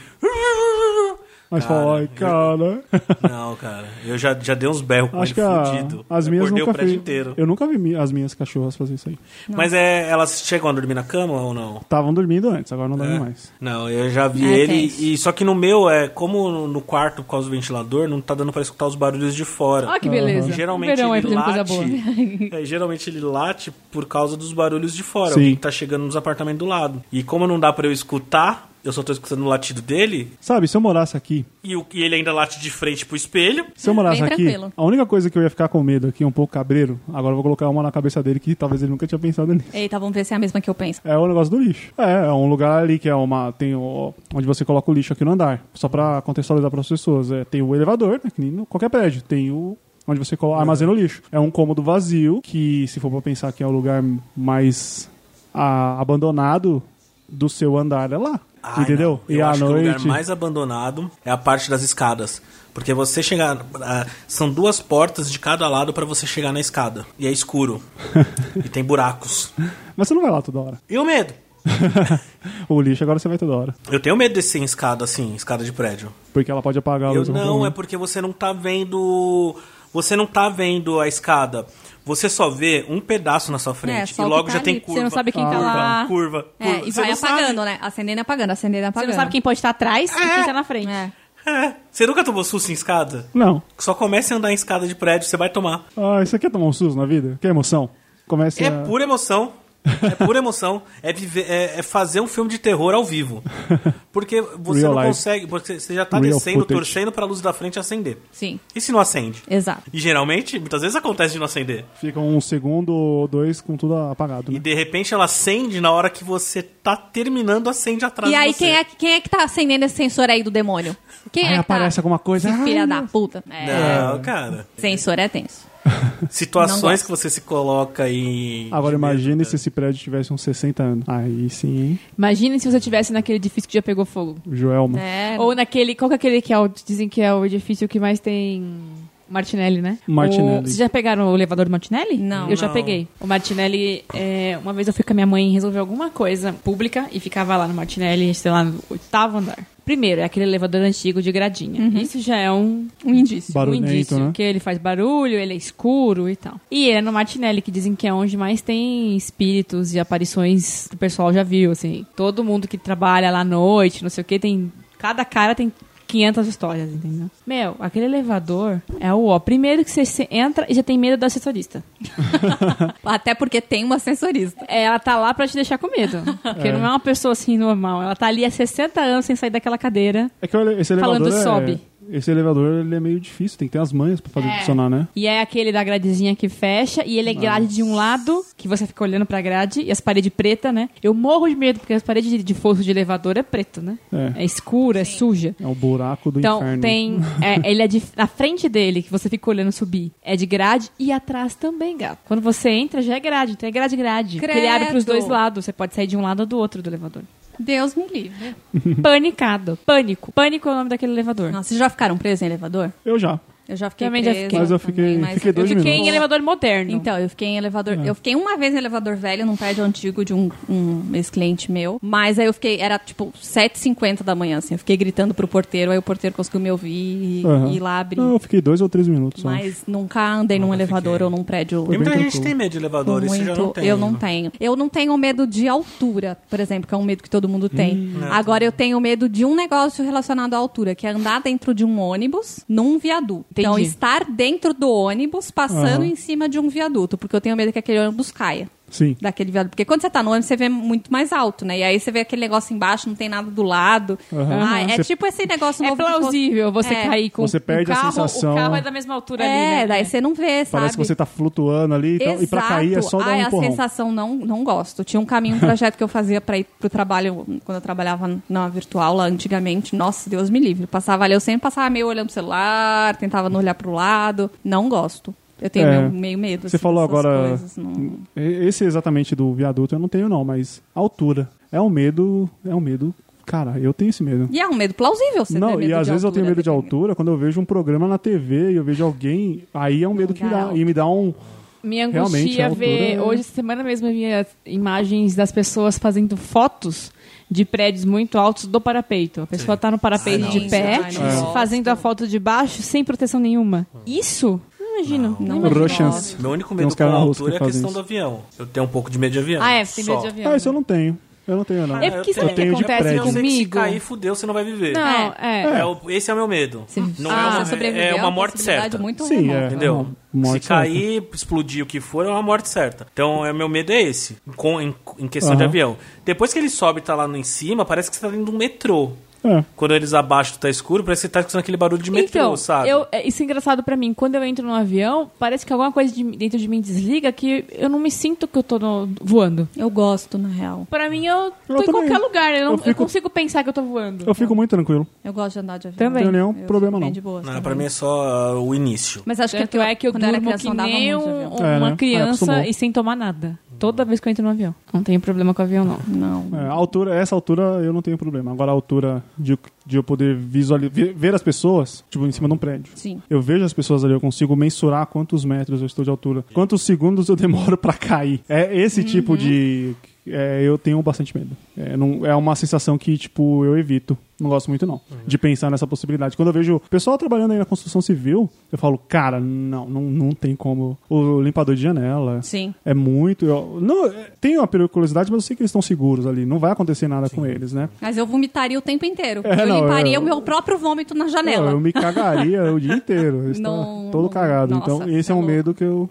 S3: Mas
S1: Cara,
S3: fala, ai,
S1: eu-
S3: cara.
S1: Não, cara. Eu já, já dei uns berros com
S3: Acho
S1: ele
S3: que a-
S1: fudido.
S3: as
S1: Eu
S3: minhas
S1: acordei
S3: nunca
S1: o prédio
S3: fez.
S1: inteiro.
S3: Eu nunca vi mi- as minhas cachorras fazer isso aí.
S1: Mas é, elas chegam a dormir na cama ou não?
S3: Estavam dormindo antes, agora não dormem
S1: É.
S3: mais.
S1: Não, eu já vi
S4: Ah,
S2: É,
S1: ele.
S2: tem isso.
S1: E, só que no meu, é como no quarto, por causa do ventilador, não tá dando pra escutar os barulhos de fora. Uhum.
S4: Olha Ah, que beleza.
S1: Geralmente
S4: Verão aí
S1: ele
S4: fazendo coisa
S1: late.
S4: boa.
S1: é, geralmente ele late por causa dos barulhos de fora.
S3: Sim.
S1: Alguém que tá chegando nos apartamentos do lado. E como não dá pra eu escutar, eu só tô escutando o latido dele.
S3: Sabe, se eu morasse aqui,
S1: E, o, e ele ainda late de frente pro espelho.
S3: se eu morasse
S2: Bem
S3: aqui,
S2: tranquilo.
S3: a única coisa que eu ia ficar com medo aqui, um pouco cabreiro, agora eu vou colocar uma na cabeça dele que talvez ele nunca tinha pensado nisso.
S2: Eita, vamos ver se é a mesma que eu penso.
S3: É o negócio do lixo. É, é um lugar ali que é uma. Tem o, onde você coloca o lixo aqui no andar. Só pra contextualizar pras pessoas. É, tem o elevador, né? Que nem no- qualquer prédio. Tem o. Onde você coloca, armazena o lixo. É um cômodo vazio, que se for pra pensar que é o lugar mais ah, abandonado do seu andar, é lá.
S1: Ai,
S3: entendeu?
S1: não. Eu
S3: E à
S1: acho que é o lugar
S3: noite.
S1: mais abandonado é a parte das escadas. Porque você chegar. ah, são duas portas de cada lado pra você chegar na escada. E é escuro. e tem buracos.
S3: Mas você não vai lá toda hora.
S1: E o medo?
S3: O lixo agora você vai toda hora.
S1: Eu tenho medo de ser em escada assim, escada de prédio.
S3: Porque ela pode apagar a
S1: Eu
S3: luz. a qualquer
S1: não, é
S3: momento.
S1: porque você não tá vendo. Você não tá vendo a escada. Você só vê um pedaço na sua frente.
S2: só
S1: e
S2: o
S1: logo
S2: que
S1: já
S2: tá
S1: tem
S2: ali.
S1: curva.
S2: Você não sabe quem tá
S1: curva,
S4: lá.
S1: Curva,
S2: É,
S1: curva.
S2: e
S1: Você
S2: vai
S1: não sabe.
S2: apagando, né? Acendendo e apagando, acendendo e
S4: Você
S2: apagando.
S4: não sabe quem pode estar atrás e quem tá na frente.
S2: É.
S1: É. Você nunca tomou susto em escada?
S3: Não.
S1: Só comece a andar em escada de prédio, você vai tomar.
S3: Ah, isso aqui é tomar um susto na vida? Que emoção. Comece
S1: É
S3: a...
S1: pura emoção. É pura emoção. É, viver, é, é fazer um filme de terror ao vivo. Porque você
S3: Real
S1: não
S3: life.
S1: consegue. Porque você já tá
S3: Real
S1: descendo,
S3: footage.
S1: torcendo pra luz da frente acender.
S2: Sim,
S1: E se não acende?
S2: exato.
S1: E geralmente, muitas vezes acontece de não acender.
S3: Fica um segundo ou dois com tudo apagado.
S1: E
S3: Né?
S1: de repente ela acende na hora que você tá terminando, acende atrás
S2: E
S1: de
S2: aí,
S1: você.
S2: quem é, quem é que tá acendendo esse sensor aí do demônio? Quem
S3: Aí
S2: é que tá?
S3: aparece alguma coisa. Ah.
S2: Esse Filha
S3: Ai,
S2: da puta. É.
S1: Não, cara.
S2: Sensor é tenso. Não
S1: Situações
S2: gosto.
S1: que você se coloca em.
S3: Agora
S1: de medo, né?
S3: imagine
S1: cara.
S3: se esse prédio tivesse uns 60 anos. Aí sim, hein?
S4: Imagine se você estivesse naquele edifício que já pegou fogo.
S3: Joelma.
S2: É.
S4: Ou naquele. Qual que é aquele que é o, dizem que é o edifício que mais tem. Martinelli, né?
S3: Martinelli.
S4: O- Vocês já pegaram o elevador do Martinelli?
S2: Não.
S4: Eu já
S1: Não.
S4: peguei. O Martinelli, é, uma vez eu fui com a minha mãe resolver alguma coisa pública e ficava lá no Martinelli, sei lá, no oitavo andar. Primeiro, é aquele elevador antigo de gradinha. Isso já é um
S2: Uhum. um indício.
S3: Barulhento,
S4: um indício,
S3: né?
S4: que ele faz barulho, ele é escuro e tal. E é no Martinelli, que dizem que é onde mais tem espíritos e aparições que o pessoal já viu, assim. Todo mundo que trabalha lá à noite, não sei o que, tem... Cada cara tem 500 histórias, entendeu? Meu, aquele elevador é o ó. Primeiro que você se- entra e já tem medo da assessorista.
S2: Até porque tem uma sensorista.
S4: É, Ela tá lá pra te deixar com medo. Porque não é uma pessoa assim normal. Ela tá ali há 60 anos sem sair daquela cadeira.
S3: É que ele- esse
S4: Falando
S3: elevador. é-
S4: sobe.
S3: Esse elevador ele é meio difícil, tem que ter as manhas pra fazer funcionar, né?
S4: E é aquele da gradezinha que fecha, e ele é grade de um lado, que você fica olhando pra grade, e as paredes preta, né? Eu morro de medo, porque as paredes de, de força de elevador é preto, né?
S3: É.
S4: É, escura, é suja.
S3: É o buraco do
S4: Então,
S3: inferno.
S4: tem. é, ele é de, na frente dele, que você fica olhando subir, é de grade, e atrás também, gato. Quando você entra, já é grade, então é grade-grade. Porque Ele abre pros
S2: Credo.
S4: dois lados, você pode sair de um lado ou do outro do elevador.
S2: Deus me livre.
S4: Panicado. Pânico. Pânico é o nome daquele elevador.
S2: Nossa, vocês já ficaram presos em elevador?
S3: Eu já.
S2: Eu já fiquei
S4: Também já
S2: presa.
S4: fiquei.
S3: Mas eu fiquei-
S2: também, mas
S3: fiquei
S2: eu
S3: dois
S4: Fiquei em
S3: minutos.
S4: elevador moderno.
S2: Então, eu fiquei em elevador.
S3: Ah.
S2: Eu fiquei uma vez em elevador velho, num prédio antigo de um, um ex-cliente meu. Mas aí eu fiquei, era tipo 7h50 da manhã, assim. Eu fiquei gritando pro porteiro, aí o porteiro conseguiu me ouvir e,
S3: Aham. Ah,
S2: e ir lá abrir.
S3: Não, eu fiquei dois ou três minutos. só.
S2: Mas nunca andei num elevador ou num prédio.
S1: E muita
S3: bem
S1: gente
S3: tranquilo.
S1: tem medo de elevador, isso eu já não
S2: muito-
S1: tem.
S2: Eu não tenho. Eu não tenho medo de altura, por exemplo, que é um medo que todo mundo tem.
S3: Hum, é.
S2: Agora eu tenho medo de um negócio relacionado à altura, que é andar dentro de um ônibus num viaduto. Então,
S4: Entendi.
S2: estar dentro do ônibus passando
S3: Aham.
S2: em cima de um viaduto, porque eu tenho medo que aquele ônibus caia.
S3: Sim.
S2: Daquele viaduto. Porque quando você tá no ônibus, você vê muito mais alto, né? E aí você vê aquele negócio embaixo, não tem nada do lado.
S3: Aham.
S2: Ah, é
S3: Você-
S2: tipo esse negócio
S4: É
S2: novo que você-
S4: plausível você
S2: É.
S4: cair com
S3: Você perde a
S4: o carro,
S3: sensação.
S4: O carro é da mesma altura ali,
S2: É,
S4: né?
S2: daí você não vê, sabe?
S3: Parece que você tá flutuando ali. então- E pra cair é só dar
S2: Ai,
S3: um
S2: a
S3: empurrão.
S2: sensação não, não gosto. Tinha um caminho, um projeto que eu fazia pra ir pro trabalho, quando eu trabalhava na virtual lá antigamente. Nossa, Deus me livre. Passava ali, eu sempre passava meio olhando pro celular, tentava não olhar pro lado. Não gosto. Eu tenho
S3: É.
S2: meio, meio medo.
S3: Você
S2: assim,
S3: falou
S2: dessas
S3: agora.
S2: coisas, não-
S3: e- Esse exatamente do viaduto eu não tenho, não, mas a altura. É um medo. É um medo. Cara, eu tenho esse medo.
S2: E é um medo plausível, você ter
S3: Não,
S2: medo
S3: e às
S2: de
S3: vezes eu
S2: altura,
S3: tenho medo de
S2: dependendo.
S3: altura quando eu vejo um programa na TV e eu vejo alguém, aí é um medo que me
S2: dá
S3: dá.
S2: alto.
S3: E me dá um.
S4: Me
S3: Realmente, a
S4: angustia
S3: altura
S4: ver.
S3: é-
S4: Hoje, essa semana mesmo, eu vi as imagens das pessoas fazendo fotos de prédios muito altos do parapeito. A pessoa tá no parapeito
S2: Ah,
S4: de
S2: não,
S4: pé,
S2: isso, ai,
S3: É.
S2: não
S4: fazendo a foto de baixo sem proteção nenhuma.
S3: Hum.
S4: Isso? Não imagino. Não,
S2: Não.
S4: imagino.
S3: Rochance.
S1: Meu único
S3: Tem
S1: medo
S3: uns
S1: com a
S3: caras russos que
S1: altura é a
S3: fazem
S1: questão
S3: isso.
S1: do avião. Eu tenho um pouco de medo de avião.
S4: Ah, é, você tem medo
S1: só.
S4: de avião.
S3: Ah, isso eu não tenho. Tá, Eu não tenho, não.
S4: É porque sabe o que
S3: tenho de
S4: acontece
S3: prédio.
S1: Eu sei que se
S4: comigo?
S1: cair, fudeu, você não vai viver.
S4: Não, é.
S1: É o- esse é o meu medo. Não
S2: Ah,
S1: é, uma,
S2: sobreviveu
S1: é uma morte
S2: possibilidade
S1: certa.
S2: Muito
S3: Sim,
S2: remota.
S3: é.
S1: Entendeu?
S3: Uma morte
S1: Se cair, explodir o que for, é uma morte certa. Então, é, meu medo é esse, com, em, em questão de
S3: Aham.
S1: avião. Depois que ele sobe e tá lá no, em cima, parece que você tá dentro de um metrô.
S3: É.
S1: Quando eles abaixo tá escuro, parece que tá escutando aquele barulho de metrô,
S4: então,
S1: sabe?
S4: eu- é, isso é engraçado pra mim. Quando eu entro no avião, parece que alguma coisa de- dentro de mim desliga que eu não me sinto que eu tô no- voando.
S2: Eu gosto, na real.
S4: Pra mim, eu tô
S3: Eu
S4: em
S3: também.
S4: qualquer lugar. Eu,
S3: Eu
S4: não, eu,
S3: fico-
S4: consigo pensar que eu tô voando.
S3: Eu fico muito tranquilo.
S2: Eu gosto de andar de avião.
S4: Também.
S3: Não tenho nenhum
S2: Eu
S3: problema,
S2: bem
S3: não.
S2: De boas,
S1: Não,
S2: também.
S1: pra mim é só uh, o início.
S2: Mas acho
S4: Tanto é que eu
S2: quando eu era
S4: durmo
S2: criança,
S4: que
S2: eu andava
S4: nem
S2: muito de
S4: um-
S2: avião.
S3: É,
S4: uma
S3: né?
S4: criança
S3: Acostumou.
S4: e sem tomar nada. Toda vez que eu entro no avião. Não tenho problema com o avião, não.
S1: um
S2: Não.
S3: É, a altura, essa altura eu não tenho problema. Agora a altura de, de eu poder visualizar, ver as pessoas, tipo, em cima de um prédio.
S2: Sim.
S3: Eu vejo as pessoas ali, eu consigo mensurar quantos metros eu estou de altura, quantos segundos eu demoro pra cair. É esse tipo de. é, eu tenho bastante medo. É, não- é uma sensação que, tipo, eu evito. Não gosto muito, não, de pensar nessa possibilidade. Quando eu vejo o pessoal trabalhando aí na construção civil, eu falo, cara, não, não, não tem como. O limpador de janela,
S2: Sim.
S3: é muito. Eu, não, é, tem uma periculosidade, mas eu sei que eles estão seguros ali. Não vai acontecer nada com eles, né?
S2: Mas eu vomitaria o tempo inteiro.
S3: É,
S2: eu
S3: não,
S2: limparia
S3: eu-
S2: o meu próprio vômito na janela.
S3: Não, eu me cagaria o dia inteiro. Eles
S2: Não,
S3: estão todo
S2: não,
S3: cagado.
S2: nossa,
S3: então, esse é um
S2: tá
S3: medo que eu,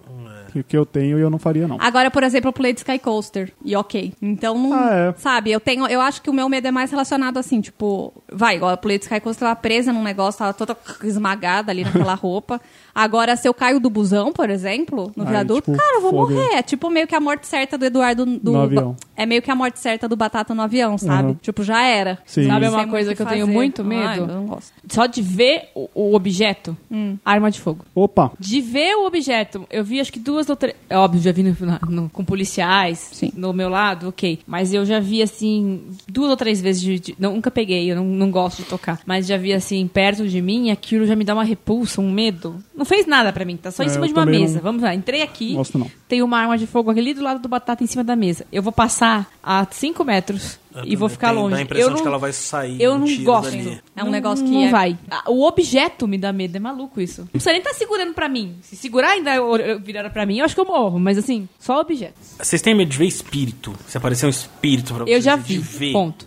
S3: que, que eu tenho e eu não faria, não.
S2: Agora, por exemplo, eu pulei de Sky Coaster. E ok. Então, não-
S3: Ah, é.
S2: sabe, eu tenho. Eu acho que o meu medo é mais relacionado assim, tipo, vai, igual eu pulei de Sky Coaster, tava presa num negócio, tava toda esmagada ali naquela roupa. Agora, se eu caio do busão, por exemplo, no
S3: Aí,
S2: viaduto,
S3: tipo,
S2: cara, eu vou
S3: fodeu.
S2: morrer. É tipo meio que a morte certa do Eduardo do.
S3: No avião.
S2: É meio que a morte certa do Batata no avião, sabe?
S3: Uhum.
S2: Tipo, já era.
S3: Sim.
S4: Sabe
S2: Não
S4: uma
S2: sei
S4: coisa
S2: muito o
S4: que eu tenho
S2: fazer.
S4: muito
S2: Ai,
S4: medo?
S2: eu não gosto.
S4: Só de ver o, o objeto,
S3: Hum.
S4: arma de fogo.
S3: Opa!
S4: De ver o objeto, eu vi acho que duas ou três. É óbvio, já vi no- na- no- com policiais
S2: Sim.
S4: no meu lado, ok. Mas eu já vi assim, duas ou três vezes. De, de- não, nunca peguei, eu não, não gosto de tocar. Mas já vi assim, perto de mim, aquilo já me dá uma repulsa, um medo. Não fez nada pra mim, tá só
S3: É,
S4: em cima
S3: eu
S4: de uma
S3: também
S4: mesa.
S3: não-
S4: Vamos lá, entrei aqui,
S3: Gosto não.
S4: tem uma arma de fogo ali do lado do batata em cima da mesa. Eu vou passar a cinco metros e vou ficar
S1: Tem-
S4: longe.
S1: Dá a impressão
S4: eu não,
S1: de que ela vai sair.
S4: eu
S1: um
S4: não
S1: tiro
S4: gosto.
S1: dali.
S2: É um negócio que
S4: não
S2: é-
S4: vai. Ah, O objeto me dá medo, é maluco isso. Não precisa nem estar segurando pra mim. Se segurar ainda eu- eu virar pra mim, eu acho que eu morro. Mas assim, só objetos.
S1: Vocês têm medo de ver espírito? Se aparecer um espírito pra vocês
S4: Eu já
S1: de
S4: vi.
S1: ver.
S4: Ponto.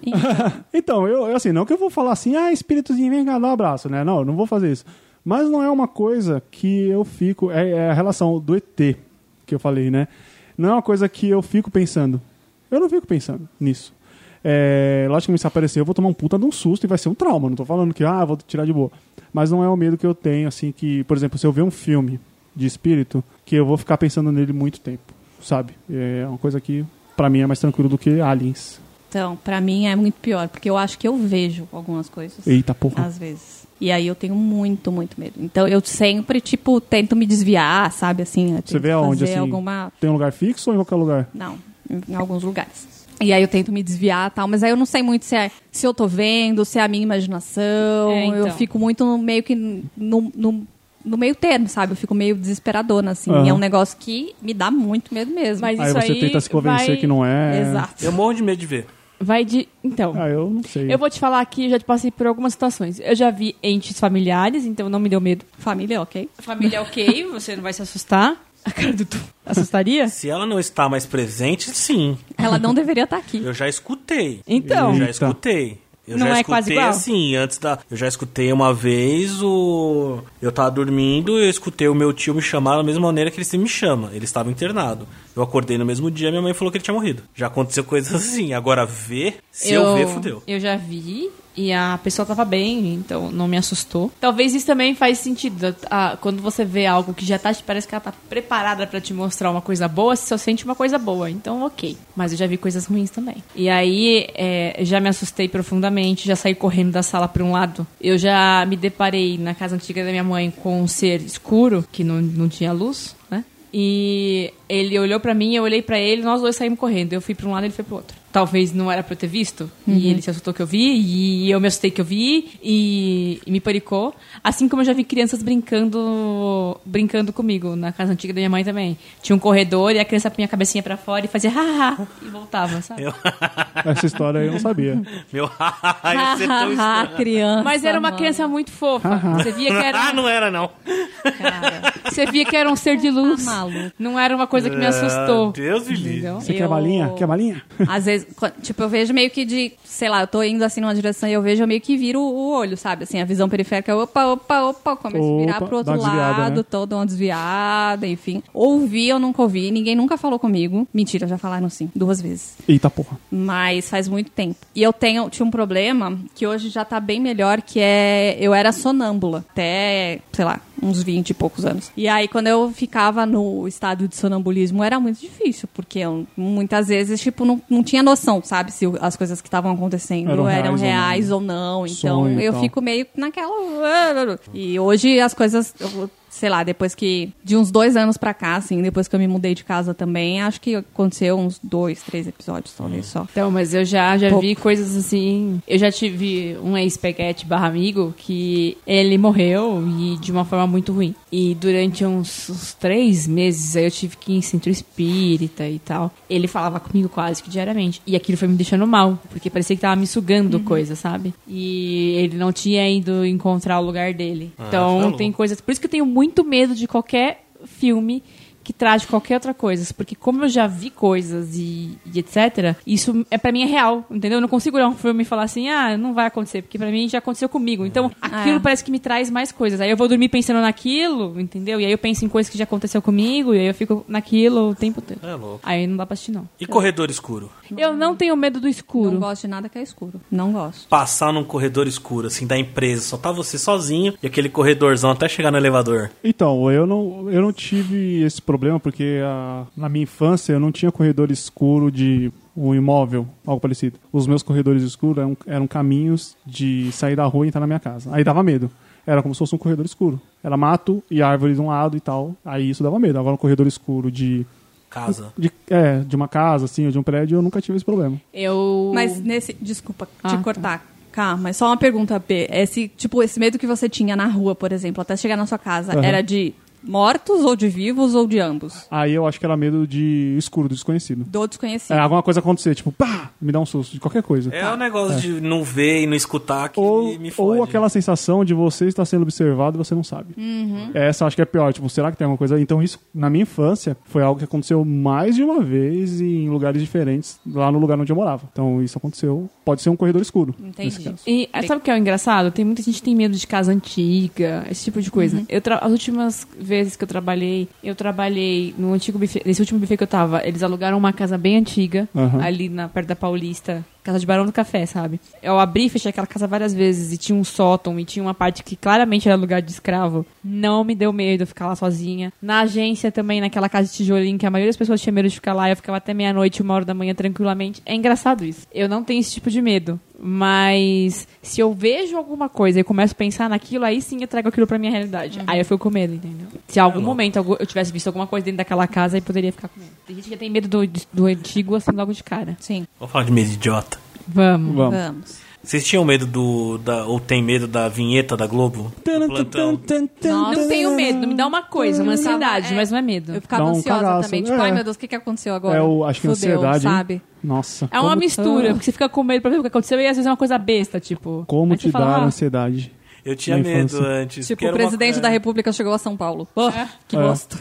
S3: Então, eu, eu, assim, não que eu vou falar assim, ah, espíritozinho, vem cá, dá um abraço, né? Não, eu não vou fazer isso. Mas não é uma coisa que eu fico. É, é a relação do ET que eu falei, né? Não é uma coisa que eu fico pensando. Eu não fico pensando nisso. É, lógico que se aparecer, eu vou tomar um puta de um susto e vai ser um trauma. Não tô falando que, ah, vou tirar de boa. Mas não é o medo que eu tenho, assim, que, por exemplo, se eu ver um filme de espírito, que eu vou ficar pensando nele muito tempo, sabe? É uma coisa que, pra mim, é mais tranquilo do que aliens.
S2: Então, pra mim é muito pior, porque eu acho que eu vejo algumas coisas.
S3: Eita porra.
S2: Às vezes. E aí eu tenho muito, muito medo. Então eu sempre, tipo, tento me desviar, sabe? Assim, eu
S3: Você
S2: tento
S3: vê aonde,
S2: fazer
S3: assim?
S2: alguma.
S3: Tem um lugar fixo ou em qualquer lugar?
S2: Não, em- em alguns lugares. E aí eu tento me desviar e tal, mas aí eu não sei muito se é se eu tô vendo, se é a minha imaginação.
S4: É, então.
S2: Eu fico muito no- meio que no, no, no meio termo, sabe? Eu fico meio desesperadona, assim.
S3: Aham.
S2: E é um negócio que me dá muito medo mesmo.
S4: Mas
S3: Aí
S4: isso
S3: você
S4: aí
S3: tenta se convencer
S4: vai-
S3: que não é.
S2: Exato.
S1: Eu morro de medo de ver.
S4: Vai de. Então.
S3: Ah, eu não sei.
S4: Eu vou te falar que eu já passei por algumas situações. Eu já vi entes familiares, então não me deu medo.
S2: Família, ok?
S4: Família ok, você não vai se assustar. A cara do tu. Assustaria?
S1: Se ela não está mais presente, sim.
S2: Ela não deveria estar aqui.
S1: Eu já escutei.
S4: Então.
S1: Eu já
S3: Eita.
S1: escutei. Eu
S4: Não
S1: já
S4: é
S1: escutei
S4: quase igual?
S1: assim, antes da. Eu já escutei uma vez o. Eu tava dormindo, eu escutei o meu tio me chamar da mesma maneira que ele sempre me chama. Ele estava internado. Eu acordei no mesmo dia, minha mãe falou que ele tinha morrido. Já aconteceu coisas assim. Agora ver, se eu, ver, fudeu.
S4: Eu já vi e a pessoa tava bem, então não me assustou. Talvez isso também faz sentido. ah, quando você vê algo que já tá, te parece que ela tá preparada pra te mostrar uma coisa boa, você só sente uma coisa boa, então ok. Mas eu já vi coisas ruins também. E aí é, já me assustei profundamente, já saí correndo da sala pra um lado. Eu já me deparei na casa antiga da minha mãe com um ser escuro, que não, não tinha luz, né? E ele olhou pra mim, eu olhei pra ele, nós dois saímos correndo. Eu fui pra um lado, ele foi pro outro. talvez não era pra eu ter visto. E ele se assustou que eu vi, e eu me assustei que eu vi, e, e me panicou. Assim como eu já vi crianças brincando brincando comigo, na casa antiga da minha mãe também. Tinha um corredor e a criança punha a cabecinha pra fora e fazia ha e voltava, sabe?
S1: Eu-
S3: Essa história aí eu não sabia.
S1: Meu, ia ser tão estranho.
S2: criança.
S4: Mas era uma
S2: mano.
S4: criança muito fofa. Você via que era. um
S1: Ah, não era não.
S4: Cara, Você via que era um ser de luz.
S2: Tá maluco.
S4: Não era uma coisa que me assustou.
S1: Ah, Deus me livre.
S4: Entendeu?
S3: Você quer balinha? Quer balinha?
S2: Às vezes, quan- tipo, eu vejo meio que de, sei lá, eu tô indo assim numa direção e eu vejo, eu meio que viro o olho, sabe? Assim, a visão periférica, opa, opa, opa, começo a virar
S3: Opa,
S2: pro outro
S3: dá uma desviada,
S2: lado,
S3: né?
S2: toda uma desviada, enfim. Ouvi, eu nunca ouvi, ninguém nunca falou comigo. Mentira, já falaram sim, duas vezes.
S3: Eita porra.
S2: Mas faz muito tempo. E eu tenho, tinha um problema que hoje já tá bem melhor, que é eu era sonâmbula até, sei lá, uns 20 e poucos anos. E aí quando eu ficava no estado de sonambulismo era muito difícil, porque eu muitas vezes tipo não, não tinha noção, sabe, se o- as coisas que estavam acontecendo
S3: Eram
S2: eram,
S3: reais
S2: reais,
S3: ou não.
S2: ou não. Então
S3: Sonho e
S2: eu
S3: tal.
S2: fico meio naquela "Ah, e hoje as coisas eu- Sei lá, depois que. De uns dois anos pra cá, assim, depois que eu me mudei de casa também, acho que aconteceu uns dois, três episódios, talvez só.
S4: Então, mas eu já, já
S2: Pouco.
S4: vi coisas assim. Eu já tive um ex-peguete barra amigo que ele morreu e de uma forma muito ruim. E durante uns, uns três meses aí eu tive que ir em centro espírita e tal. Ele falava comigo quase que diariamente. E aquilo foi me deixando mal, porque parecia que tava me sugando coisa, sabe? E ele não tinha ido encontrar o lugar dele. então
S1: falou.
S4: tem coisas. Por isso que eu tenho muito medo de qualquer filme que traz qualquer outra coisa, porque como eu já vi coisas e, e etc, isso é para mim é real, entendeu? Eu não consigo olhar um filme e falar assim: "Ah, não vai acontecer", porque para mim já aconteceu comigo. Então, aquilo
S2: É.
S4: parece que me traz mais coisas. Aí eu vou dormir pensando naquilo, entendeu? E aí eu penso em coisas que já aconteceu comigo e aí eu fico naquilo o tempo todo.
S1: É louco.
S4: Aí não dá pra assistir não.
S1: E corredor escuro?
S4: Eu não tenho medo do
S2: Não
S4: escuro.
S2: gosto de nada que é escuro. Não gosto.
S1: Passar num corredor escuro, assim, da empresa, só tá você sozinho e aquele corredorzão até chegar no elevador.
S3: Então, eu não, eu não tive esse problema porque ah, na minha infância eu não tinha corredor escuro de um imóvel, algo parecido. Os meus corredores escuros eram, eram caminhos de sair da rua e entrar na minha casa. Aí dava medo. Era como se fosse um corredor escuro. Era mato e árvore de um lado e tal. Aí isso dava medo. Agora um corredor escuro de,
S1: Casa.
S3: de, é, de uma casa, assim, ou de um prédio, eu nunca tive esse problema.
S4: Eu
S2: Mas nesse. Desculpa
S4: Ah,
S2: te cortar. Cá, mas só uma pergunta, P. Esse, tipo, esse medo que você tinha na rua, por exemplo, até chegar na sua casa,
S3: Aham.
S2: era de mortos ou de vivos ou de ambos?
S3: Aí eu acho que era medo de escuro, do desconhecido.
S2: Do desconhecido.
S3: É, alguma coisa acontecer, tipo, pá, me dá um susto, de qualquer coisa.
S1: É o negócio de não ver e não escutar que
S3: ou,
S1: me fode.
S3: ou aquela sensação de você estar sendo observado e você não sabe. Essa eu acho que é pior. Tipo, será que tem alguma coisa? Então, isso, na minha infância, foi algo que aconteceu mais de uma vez e em lugares diferentes, lá no lugar onde eu morava. Então, isso aconteceu. Pode ser um corredor escuro. nesse
S2: Entendi.
S3: caso.
S4: E ah, sabe o que é o engraçado? Tem muita gente que tem medo de casa antiga, esse tipo de coisa. Eu tra- as últimas vezes que eu trabalhei, eu trabalhei no antigo buffet, nesse último buffet que eu tava, eles alugaram uma casa bem antiga,
S3: Aham.
S4: ali na perto da Paulista, casa de Barão do Café, sabe? Eu abri e fechei aquela casa várias vezes e tinha um sótão e tinha uma parte que claramente era lugar de escravo. Não me deu medo eu ficar lá sozinha. Na agência também, naquela casa de tijolinho, que a maioria das pessoas tinha medo de ficar lá, eu ficava até meia-noite, uma hora da manhã tranquilamente. É engraçado isso. Eu não tenho esse tipo de medo. Mas se eu vejo alguma coisa e começo a pensar naquilo, aí sim eu trago aquilo pra minha realidade. Aí eu fico com medo, entendeu?
S3: É
S4: Se em algum momento algu- eu tivesse visto alguma coisa dentro daquela casa, aí poderia ficar com medo. Tem gente que tem medo do, do antigo assim logo de cara.
S2: Sim,
S1: Vamos falar de medo idiota.
S4: Vamos.
S3: Vamos.
S2: vamos.
S1: Vocês tinham medo do. Da, ou tem medo da vinheta da Globo? Do plantão?
S2: Nossa.
S4: Não tenho medo, me dá uma coisa, uma ansiedade, mas não é medo.
S2: Eu ficava
S3: Dá um
S2: ansiosa
S3: cagaço,
S2: também.
S3: né?
S2: Tipo, ai
S3: É.
S2: meu Deus, o que, que aconteceu agora?
S3: É o, acho que a
S2: Fudeu,
S3: ansiedade.
S2: sabe?
S3: hein? Nossa.
S4: É uma
S3: como-
S4: mistura, porque você fica com medo pra ver o que aconteceu e às vezes é uma coisa besta, tipo.
S3: Como
S4: Aí você
S3: te
S4: fala,
S3: dar
S4: ah,
S3: ansiedade?
S1: Eu tinha
S3: Na
S1: medo
S3: infância.
S1: antes.
S2: Tipo,
S1: porque
S2: o
S1: era uma-
S2: presidente
S1: é.
S2: da república chegou a São Paulo. Oh, que
S3: É.
S2: gosto.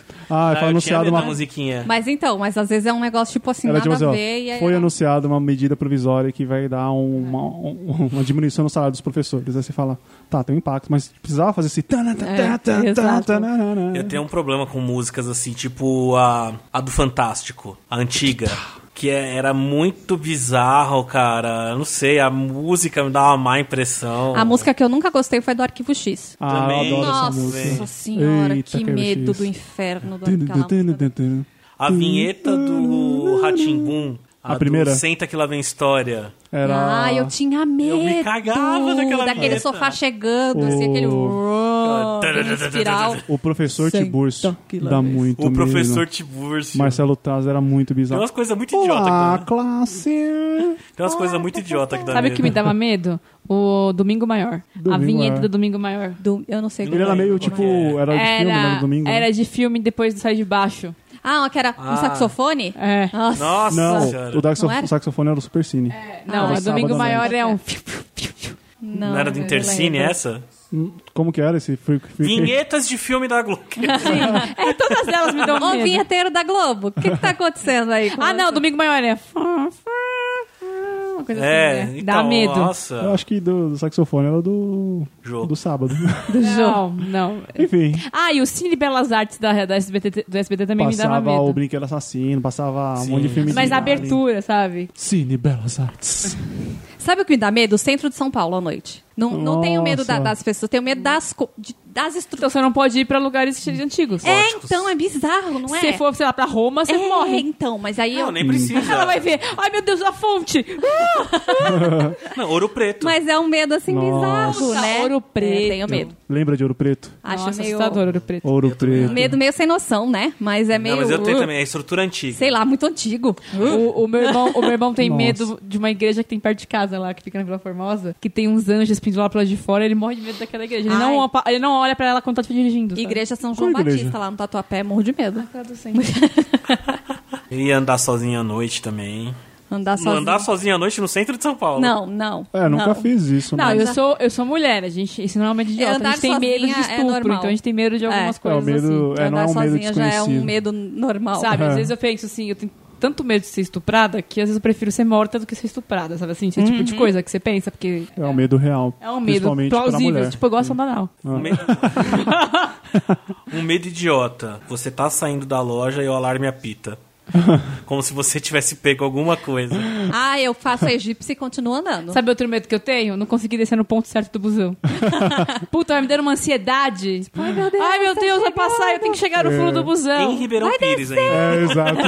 S1: Ah,
S3: Ah, foi
S1: eu tinha
S3: anunciado
S1: medo
S3: uma.
S1: da musiquinha.
S2: Mas então, mas às vezes é um negócio tipo assim,
S3: Era
S2: nada
S3: tipo assim,
S2: a
S3: ó,
S2: ver. e aí É.
S3: foi
S2: era-
S3: anunciada uma medida provisória que vai dar uma, um- uma diminuição no salário dos professores. Aí você fala, tá, tem um impacto, mas precisava fazer esse... tanana,
S2: É,
S3: tanana, tanana,
S4: exato.
S3: tanana.
S1: Eu tenho um problema com músicas assim, tipo a, a do Fantástico, a antiga. Que é- era muito bizarro, cara. Eu não sei, a música me dava uma má impressão.
S2: A música que eu nunca gostei foi do Arquivo X.
S3: Ah,
S1: Também.
S3: eu adoro
S2: Nossa
S3: essa música.
S2: senhora,
S3: Eita,
S2: que
S3: cara,
S2: medo
S3: X.
S2: do inferno do
S3: Tum, tum,
S2: aquela
S3: tum,
S2: música.
S3: tum, tum.
S1: A vinheta do Ratimbum.
S3: A primeira?
S1: Senta que lá vem história.
S3: Era...
S2: Ah, eu tinha medo.
S1: cagava daquela
S2: Daquele
S1: vinheta.
S2: sofá chegando, assim,
S3: Oh.
S2: aquele... em espiral.
S3: O professor
S4: Cento
S3: Tiburcio dá
S4: quilômetros.
S3: muito
S6: O
S3: medo.
S6: professor Tiburcio.
S3: Marcelo Taz era muito
S6: Tem
S3: bizarro.
S6: umas coisas muito idiotas
S3: Olá,
S6: aqui. né?
S3: classe!
S6: Tem umas
S4: Ah,
S6: coisas muito idiotas aqui da
S4: tá, Sabe o que me dava medo? O Domingo Maior. a
S3: Domingo
S4: vinheta
S3: Maior.
S4: do Domingo Maior.
S2: Do- eu não sei
S6: Ele
S3: Ele era meio, tipo, era de filme, né, no domingo. né?
S4: era de filme depois do Sai de Baixo.
S2: Ah, que era
S6: Ah.
S2: um saxofone?
S4: É.
S2: Nossa.
S6: Nossa
S3: Não,
S6: senhora.
S3: o Dark
S2: Não era?
S3: saxofone era o Super Cine.
S4: Não,
S2: Ah,
S4: o
S2: é
S4: Domingo
S3: sábado à
S4: Maior
S2: noite.
S4: é um...
S2: Não,
S6: Não era do
S2: eu
S6: Intercine
S2: lembro.
S6: essa?
S3: Hum, Como que era esse freak? freak-
S6: Vinhetas de filme da Globo.
S4: É, todas elas me dão
S2: Ô,
S4: medo.
S2: vinheteiro da Globo, o que, que tá acontecendo aí? com
S4: Ah, não,
S2: você?
S4: Domingo Maior é... Uma coisa
S6: É,
S4: assim, né?
S6: então,
S4: Dá medo.
S3: Eu
S6: Nossa.
S3: acho que do, do saxofone era do.
S6: Jô.
S3: do sábado.
S4: Não, não.
S3: Enfim,
S4: Ah, e o Cine Belas Artes da, da SBT, do SBT também me
S3: passava
S4: dava
S3: o
S4: medo.
S3: Brinquedo Assassino, passava
S6: Sim.
S3: um monte de filme
S4: Mas
S3: de
S4: a
S3: Marvel.
S4: abertura, sabe?
S3: Cine Belas Artes.
S2: Sabe o que me dá medo? O centro de São Paulo à noite. Não, não tenho medo da-
S3: Nossa.
S2: das pessoas, tenho medo das, co- de- das
S4: Então
S2: estruturas.
S4: você não pode ir pra lugares cheios de antigos.
S2: É,
S6: Góticos.
S2: então, é bizarro, não é?
S4: Se você for, sei lá, pra Roma, você
S2: é,
S4: morre.
S2: então, mas aí eu...
S6: Não, nem precisa.
S4: Ela vai ver. Ai, meu Deus, a fonte.
S6: Não, Ouro Preto.
S2: Mas é um medo assim
S3: Nossa.
S2: bizarro, né?
S4: Ouro preto.
S2: É, tenho medo.
S3: Lembra de Ouro Preto?
S2: Acho
S4: Nossa,
S2: meio. um
S4: assustador, Ouro Preto.
S3: Ouro Preto.
S2: Medo meio sem noção, né? Mas é meio.
S6: Não, mas eu tenho
S2: uh,
S6: também, é estrutura antiga.
S2: Sei lá, muito antigo.
S4: O, o meu irmão, o meu irmão tem
S3: Nossa.
S4: medo de uma igreja que tem perto de casa lá, que fica na Vila Formosa, que tem uns anjos pendurados pro lado de fora, ele morre de medo daquela igreja. Ele,
S2: Ai.
S4: não, apa- ele não olha pra ela quando tá dirigindo. sabe?
S2: Igreja São João
S3: Qual igreja?
S2: Batista, lá no Tatuapé, morro de medo.
S6: E andar sozinho à noite também.
S2: Andar
S6: Não
S2: sozinho.
S6: andar sozinho à noite no centro de São Paulo.
S2: Não, não.
S3: É, nunca
S2: não.
S3: fiz isso.
S4: Não,
S3: mas-
S4: eu sou, eu sou mulher, a gente, isso não é uma de idiota. a
S2: Andar
S4: gente tem
S2: sozinha
S4: medo de
S2: é
S4: estupro,
S2: normal.
S4: então a gente tem medo de algumas
S2: É.
S3: É, o
S4: coisas
S3: medo
S4: assim.
S3: é, não
S2: andar
S3: é um medo
S2: sozinha já é um
S3: desconhecido.
S2: medo normal.
S4: Sabe,
S3: É.
S4: às vezes eu penso assim, eu tenho tanto medo de ser estuprada que às vezes eu prefiro ser morta do que ser estuprada, sabe assim? Esse tipo
S2: Uhum.
S4: de coisa que você pensa, porque
S3: É um medo real.
S4: é um medo
S3: principalmente pra
S4: plausível,
S3: mulher. Uhum.
S4: tipo igual a Sandanal.
S6: Um medo... um medo idiota. Você tá saindo da loja e o alarme apita. Como se você tivesse pego alguma coisa.
S2: Ah, eu faço a egípcia e continuo andando.
S4: Sabe outro medo que eu tenho? Não consegui descer no ponto certo do busão. Puta, vai me dando uma ansiedade. Ai, meu Deus, tá vai passar, eu tenho que chegar no fundo do
S6: Em
S4: busão.
S6: Ribeirão Pires ainda.
S3: É, exato.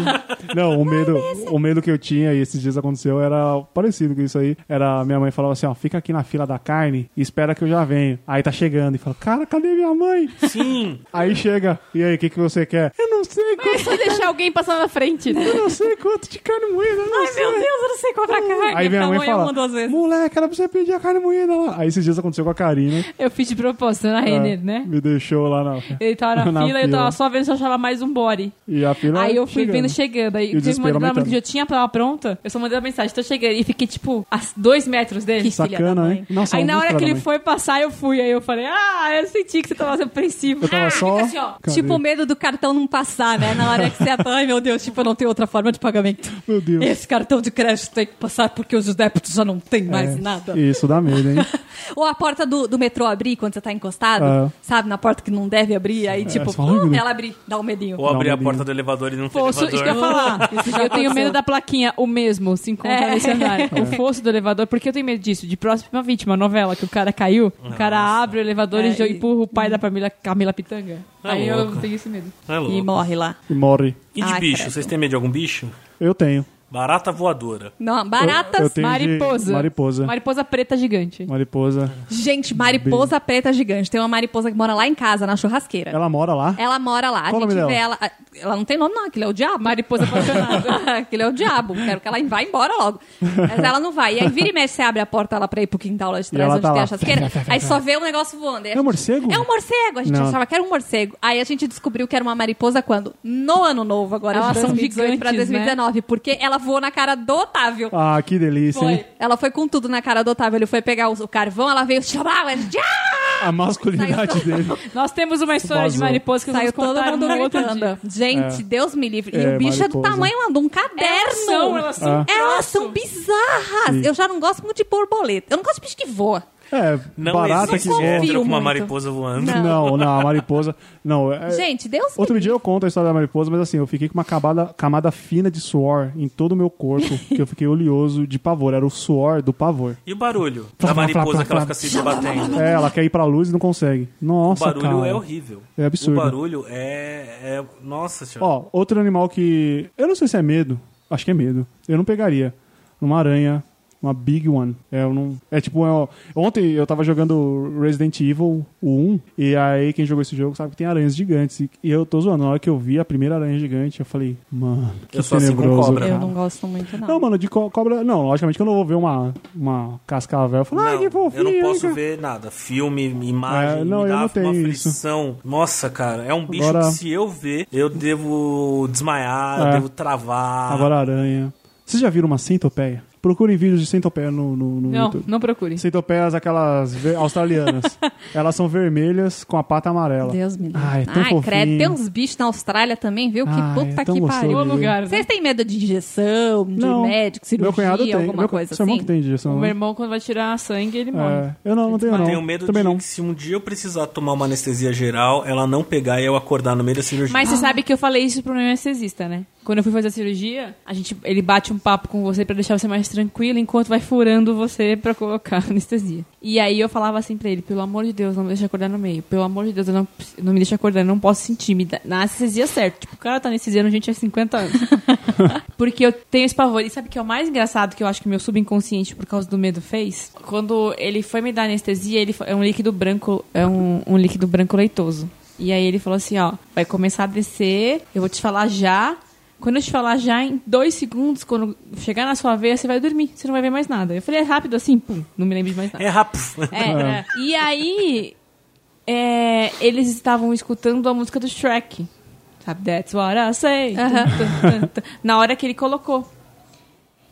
S3: Não, o medo, o medo que eu tinha e esses dias aconteceu era parecido com isso aí. Era minha mãe falava assim, ó, fica aqui na fila da carne e espera que eu já venho. Aí tá chegando e fala, cara, cadê minha mãe?
S6: Sim.
S3: Aí chega, e aí, o que, que você quer? Eu não sei quanto,
S4: Só deixar alguém passar na frente.
S3: eu não sei quanto de carne moída, eu não
S4: Ai,
S3: sei.
S4: meu Deus, eu não sei comprar carne.
S3: Aí minha mãe fala,
S4: eu mando às é vezes.
S3: moleque, era pra você pedir a carne moída lá. Aí esses dias aconteceu com a Karina.
S4: Eu fiz de proposta na Renner,
S3: Ah,
S4: né?
S3: Me deixou lá na...
S4: Ele tava na,
S3: Na
S4: fila e eu tava
S3: fila.
S4: só vendo se eu achava mais um body.
S3: E a fila
S4: Aí eu fui
S3: chegando.
S4: vendo chegando. Aí
S3: E o
S4: teve uma
S3: desespero
S4: dinâmica
S3: aumentando.
S4: que eu tinha pra ela pronta. Eu só mandei uma mensagem, tô chegando. E fiquei, tipo, a dois metros dele.
S2: filha da
S3: Sacana,
S2: mãe.
S3: hein? Nossa,
S4: aí
S3: ela é
S4: na
S3: muito
S4: hora que
S3: filha
S4: ele
S3: da mãe.
S4: foi passar, eu fui. Aí eu falei, ah, eu senti que você tava sendo apreensivo.
S3: Eu tava
S4: ah,
S3: só-
S4: Fica assim, ó.
S3: Cadê?
S2: Tipo, o medo do cartão não passar, né? Na hora que você atua, ai meu Deus, tipo, eu não tenho outra forma de pagamento.
S3: Meu Deus.
S2: Esse cartão de crédito tem que passar porque os débitos já não tem mais
S3: É,
S2: nada.
S3: Isso dá medo, hein?
S2: Ou a porta do, do metrô abrir quando você tá encostado,
S3: É.
S2: sabe? Na porta que não deve abrir, aí tipo,
S3: você fala, ai, meu
S2: "Ah",
S3: Deus.
S2: ela abrir, dá um medinho.
S6: Ou abrir a
S3: menino.
S6: porta do elevador e não ter
S4: Fosso, isso que eu ia
S6: elevador.
S4: falar. Eu tenho medo da plaquinha, o mesmo, se encontra
S2: É.
S4: nesse andar. O fosso do elevador, porque eu tenho medo disso. De próxima vítima, novela, que o cara caiu, o cara abre o elevador
S2: É,
S4: e, joga-
S2: e-
S4: empurra o pai da Camila, Camila Pitanga.
S6: Tá
S4: aí
S6: louco.
S4: eu tenho esse medo.
S6: É louco.
S2: E morre lá.
S3: E morre.
S6: E de
S2: Ai,
S6: bicho?
S2: credo.
S6: Vocês têm medo de algum bicho?
S3: Eu tenho.
S6: Barata voadora.
S2: Não, baratas.
S3: eu tenho- Entendi.
S4: Mariposa.
S3: Mariposa.
S4: Mariposa preta gigante.
S3: Mariposa.
S2: Gente, mariposa preta gigante. Tem uma mariposa que mora lá em casa, na churrasqueira. Ela,
S3: Ela mora lá?
S2: mora lá.
S3: Qual
S2: a
S3: o
S2: gente
S3: nome
S2: vê
S3: dela?
S2: ela. Ela não tem nome, não. Aquilo é o diabo.
S4: Mariposa apaixonada.
S2: Aquilo é o diabo. Quero que ela vá embora logo. Mas ela não vai. E aí vira e mexe, você abre a porta lá pra ir pro quintal lá de trás,
S3: ela
S2: onde
S3: tá
S2: tem
S3: lá.
S2: a chasqueira. aí só vê um negócio voando. Aí a
S3: É um
S2: gente-
S3: morcego?
S2: É um morcego. A gente
S3: Não.
S2: achava que era um morcego. Aí a gente descobriu que era uma mariposa quando? No ano novo, agora
S4: Elas
S2: de
S4: são
S2: 2018 pra
S4: gigantes, né?
S2: 2019. Porque ela voou na cara do Otávio.
S3: Ah, que delícia,
S2: Foi.
S3: hein?
S2: Ela foi com tudo na cara do Otávio. Ele foi pegar os- o carvão, ela veio chamar, ela "Ah!"
S3: A masculinidade
S2: Saiu todo-
S3: dele.
S4: Nós temos uma história de
S3: Vazou.
S4: mariposa que
S2: Saiu
S4: nós vamos
S2: todo
S4: contar É.
S2: mundo
S4: no outro
S2: gritando.
S4: dia.
S2: Gente, Deus me livre. E
S3: É,
S2: o bicho é do
S3: mariposa.
S2: tamanho mano, de um caderno.
S4: Elas são, elas são um
S3: Ah.
S2: Elas
S4: troço.
S2: são bizarras.
S3: Sim.
S2: Eu já não gosto muito de borboleta. Eu não gosto de bicho que voa.
S3: É,
S6: Não
S3: barata que
S6: existe
S3: voa.
S6: hétero com uma
S2: muito.
S6: mariposa voando.
S3: Não, não, a mariposa. Não, é-
S2: Gente, Deus me
S3: Outro dia eu conto a história da mariposa, mas assim, eu fiquei com uma camada, camada fina de suor em todo o meu corpo, que eu fiquei oleoso de pavor. Era o suor do pavor.
S6: E o barulho
S3: Plá,
S6: da
S3: plá,
S6: mariposa
S3: plá,
S6: que ela fica
S3: plá.
S6: se batendo?
S3: É, ela quer ir pra luz e não consegue.
S6: O
S3: Nossa,
S6: barulho
S3: cara.
S6: é horrível.
S3: É absurdo.
S6: O barulho é... é- Nossa senhora.
S3: Ó, outro animal que. Eu não sei se é medo. Acho que é medo. Eu não pegaria. Uma aranha, uma Uma big one. É, eu não... é tipo, eu- ontem eu tava jogando Resident Evil o 1, e aí quem jogou esse jogo sabe que tem aranhas gigantes. E e eu tô zoando, na hora que eu vi a primeira aranha gigante, eu falei, mano, que
S6: Eu sou assim com
S3: tenebroso,
S6: cobra.
S3: cara.
S2: Eu não gosto muito, não.
S3: Não, mano, de co- cobra. Não, logicamente que eu não vou ver uma, uma cascavel. Eu falo, ah, que
S6: Não,
S3: fofinho.
S6: eu não posso
S3: hein,
S6: ver nada. Filme, imagem,
S3: É, não,
S6: me
S3: eu
S6: dá
S3: não
S6: uma
S3: tenho isso.
S6: aflição. Nossa, cara, é um bicho
S3: Agora-
S6: que se eu ver, eu devo desmaiar,
S3: É.
S6: eu devo travar.
S3: Agora aranha. Vocês já viram uma centopeia? Procurem vídeos de centopeia no, no, no
S4: Não,
S3: YouTube.
S4: não procure.
S3: Centopeias, aquelas ve- australianas. Elas são vermelhas com a pata amarela.
S2: Deus me livre.
S3: Ai, é tão fofinho.
S2: credo, tem uns bichos na Austrália também, viu? Que
S3: Ai,
S2: puta
S3: é tão
S2: que
S3: gostoso.
S4: Bom
S2: pariu.
S4: lugar, né?
S2: Vocês têm medo de injeção, de
S3: Não,
S2: médico, cirurgia,
S3: meu cunhado tem.
S2: alguma
S3: meu, cu-
S2: coisa
S3: seu irmão
S2: assim?
S3: que tem
S4: O
S3: injeção,
S4: meu
S3: né?
S4: irmão, quando vai tirar sangue, ele morre.
S3: É, eu não, não tenho não.
S6: Tenho medo
S3: Também
S6: de
S3: não.
S6: que se um dia eu precisar tomar uma anestesia geral, ela não pegar e eu acordar no meio da cirurgia.
S4: Mas você sabe que eu falei isso pro meu anestesista, né? Quando eu fui fazer a cirurgia, a gente, ele bate um papo com você pra deixar você mais tranquilo enquanto vai furando você pra colocar a anestesia. E aí eu falava assim pra ele, pelo amor de Deus, não me deixa acordar no meio. Pelo amor de Deus, eu não, não me deixa acordar, eu não posso sentir. Me dá, na anestesia certo. Tipo, o cara tá anestesiando gente há 50 anos. Porque eu tenho esse pavor. E sabe o que é o mais engraçado que eu acho que meu subconsciente, por causa do medo, fez? Quando ele foi me dar anestesia, ele fa- é um líquido branco, é um, um líquido branco leitoso. E aí ele falou assim, ó, vai começar a descer, eu vou te falar já. Quando eu te falar já, em dois segundos, quando chegar na sua veia, você vai dormir, você não vai ver mais nada. Eu falei, é rápido assim, pum, não me lembro de mais nada.
S6: É rápido.
S4: É. E aí, é, eles estavam escutando a música do Shrek. Sabe? That's what I say. Tum, tum, tum, tum. Na hora que ele colocou.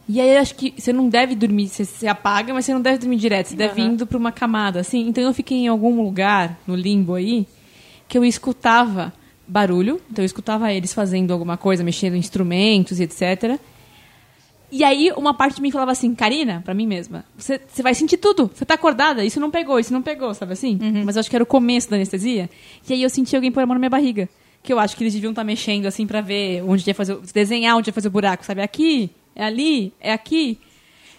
S4: E aí, eu acho que você não deve dormir, você, você apaga, mas você não deve dormir direto, você deve ir indo pra uma camada, assim. Então, eu fiquei em algum lugar, no limbo aí, que eu escutava barulho, então eu escutava eles fazendo alguma coisa, mexendo em instrumentos e etc. E aí, uma parte de mim falava assim, Karina, pra mim mesma, você você vai sentir tudo. Você tá acordada, isso não pegou, isso não pegou, sabe assim?
S6: Uhum.
S4: Mas eu acho que era o começo da anestesia. E aí eu senti alguém pôr a mão na minha barriga. Que eu acho que eles deviam estar mexendo, assim, pra ver onde ia fazer... o- Desenhar onde ia fazer o buraco, sabe? É Aqui, é ali, é aqui.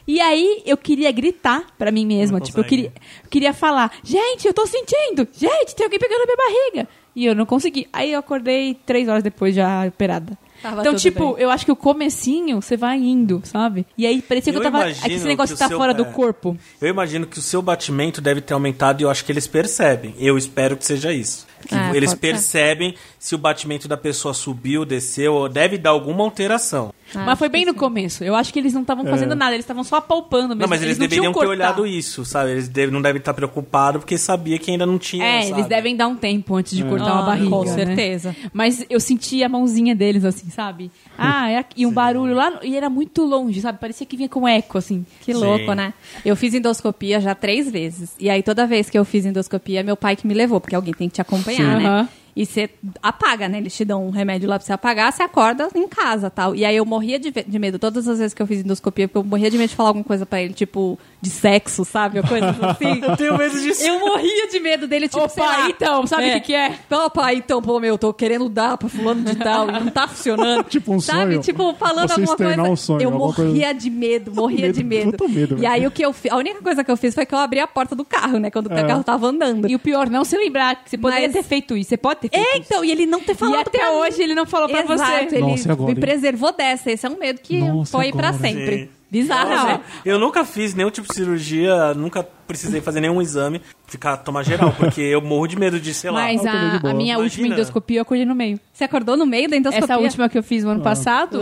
S4: E aí eu queria gritar pra mim mesma.
S6: Não
S4: tipo, eu
S6: consegue.
S4: queria, eu queria falar, gente, eu tô sentindo! Gente, tem alguém pegando a minha barriga! E eu não consegui. Aí eu acordei três horas depois já operada.
S2: Tava
S4: então,
S2: tudo
S4: tipo,
S2: bem.
S4: eu acho que o comecinho você vai indo, sabe? E aí parecia que eu
S6: Eu
S4: tava.
S6: imagino
S4: Esse negócio
S6: que
S4: tá
S6: o seu-
S4: fora do
S6: é.
S4: corpo.
S6: Eu imagino que o seu batimento deve ter aumentado e eu acho que eles percebem. Eu espero que seja isso. Que
S4: É,
S2: Ah,
S6: eles
S2: pode ser.
S6: percebem se o batimento da pessoa subiu, desceu, ou deve dar alguma alteração.
S4: mas foi bem no começo. Eu acho que eles não estavam fazendo nada, eles estavam só apalpando mesmo.
S6: É. não, mas eles,
S4: não tinham
S6: deveriam ter
S4: cortado.
S6: olhado isso, sabe? Eles deve- não devem estar preocupados porque sabia que ainda não tinha.
S4: É,
S6: sabe?
S4: eles devem dar um tempo antes de cortar uma
S2: Ah,
S4: barriga.
S2: com
S4: né?
S2: certeza.
S4: Mas eu senti a mãozinha deles, assim, sabe? Ah, é aqui, e um barulho lá. no- E era muito longe, sabe? Parecia que vinha com eco, assim.
S2: Que louco, né? Eu fiz endoscopia já três vezes. E aí, toda vez que eu fiz endoscopia, meu pai que me levou, porque alguém tem que te acompanhar,
S4: Sim.
S2: né?
S4: Aham.
S2: E você apaga, né? Eles te dão um remédio lá pra você apagar, você acorda em casa tal. E aí eu morria de, ve- de medo todas as vezes que eu fiz endoscopia, porque eu morria de medo de falar alguma coisa pra ele, tipo, de sexo, sabe? Ou Coisas assim. eu tenho medo disso. Eu morria de medo dele, tipo,
S4: Ô,
S2: sei
S4: pai,
S2: lá.
S4: então, sabe o que que é?
S2: Pô, pai, então, pô, meu, eu tô querendo dar pra fulano de tal e não tá funcionando.
S3: Tipo um
S2: sabe?
S3: sonho.
S2: Tipo, falando
S3: Você
S2: alguma
S3: externar
S2: coisa.
S3: um sonho,
S2: eu
S3: alguma coisa-
S2: morria de medo, morria de
S3: Medo,
S2: medo.
S3: puta medo,
S2: e aí
S3: velho. É.
S2: o que eu fiz, a única coisa que eu fiz foi que eu abri a porta do carro, né, quando o carro tava andando.
S4: E
S2: E
S4: o pior, não se lembrar. que Você poderia
S2: Mas-
S4: ter feito isso. Você pode ter feito
S2: é,
S4: isso.
S2: então, e ele não ter falado
S4: E até
S2: pra mim.
S4: hoje ele não falou pra
S2: Exato,
S4: você.
S2: ele
S3: Nossa, e agora,
S2: me
S3: hein?
S2: preservou dessa. Esse é um medo que
S3: Nossa,
S2: foi pra
S3: agora?
S2: sempre.
S6: Sim.
S2: Bizarro,
S6: Nossa,
S2: né?
S6: Eu nunca fiz nenhum tipo de cirurgia, nunca precisei fazer nenhum exame, ficar tomar geral, porque eu morro de medo de, sei lá.
S4: Mas
S3: tudo de
S4: a,
S3: boa.
S4: a minha última
S6: Imagina.
S4: endoscopia eu acordei no meio.
S2: Você acordou no meio da endoscopia? Ah.
S4: Essa última que eu fiz no ano passado,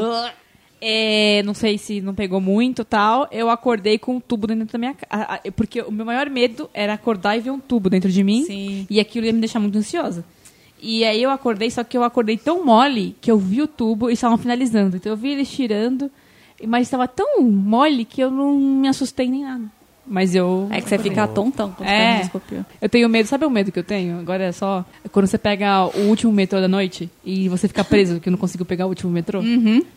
S4: é, não sei se não pegou muito e tal, eu acordei com um tubo dentro da minha cara. Porque o meu maior medo era acordar e ver um tubo dentro de mim.
S2: Sim.
S4: E aquilo ia me deixar muito ansiosa. E aí eu acordei, só que eu acordei tão mole que eu vi o tubo e estavam finalizando. Então eu vi eles tirando, mas estava tão mole que eu não me assustei nem nada. Mas eu.
S2: É que você fica tontão quando você faz
S4: É.
S2: endoscopia.
S4: Eu tenho medo, sabe o medo que eu tenho? Agora é só. Quando você pega o último metrô da noite e você fica preso, que eu não consigo pegar o último metrô.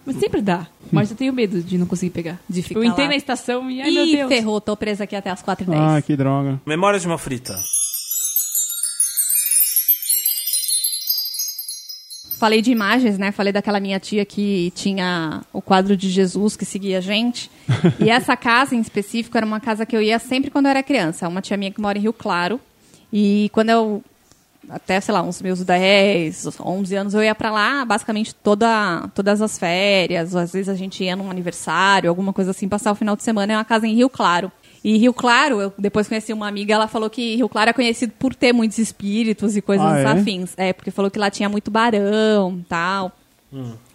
S4: Mas sempre dá. Mas eu tenho medo de não conseguir pegar. Tipo,
S2: De ficar
S4: eu entrei
S2: lá.
S4: na estação e ai meu
S2: Ih,
S4: Deus.
S2: ferrou, tô presa aqui até as 4h10.
S3: Ah, que droga.
S6: Memórias de uma frita.
S2: Falei de imagens, né? Falei daquela minha tia que tinha o quadro de Jesus que seguia a gente. E essa casa em específico era uma casa que eu ia sempre quando eu era criança. Uma tia minha que mora em Rio Claro. E quando eu até, sei lá, uns meus 10, 11 anos, eu ia pra lá basicamente toda, todas as férias. Às vezes a gente ia num aniversário, alguma coisa assim, passar o final de semana. É uma casa em Rio Claro. E Rio Claro, eu depois conheci uma amiga, ela falou que Rio Claro é conhecido por ter muitos espíritos e coisas
S3: Ah, é?
S2: afins. É, porque falou que lá tinha muito barão tal.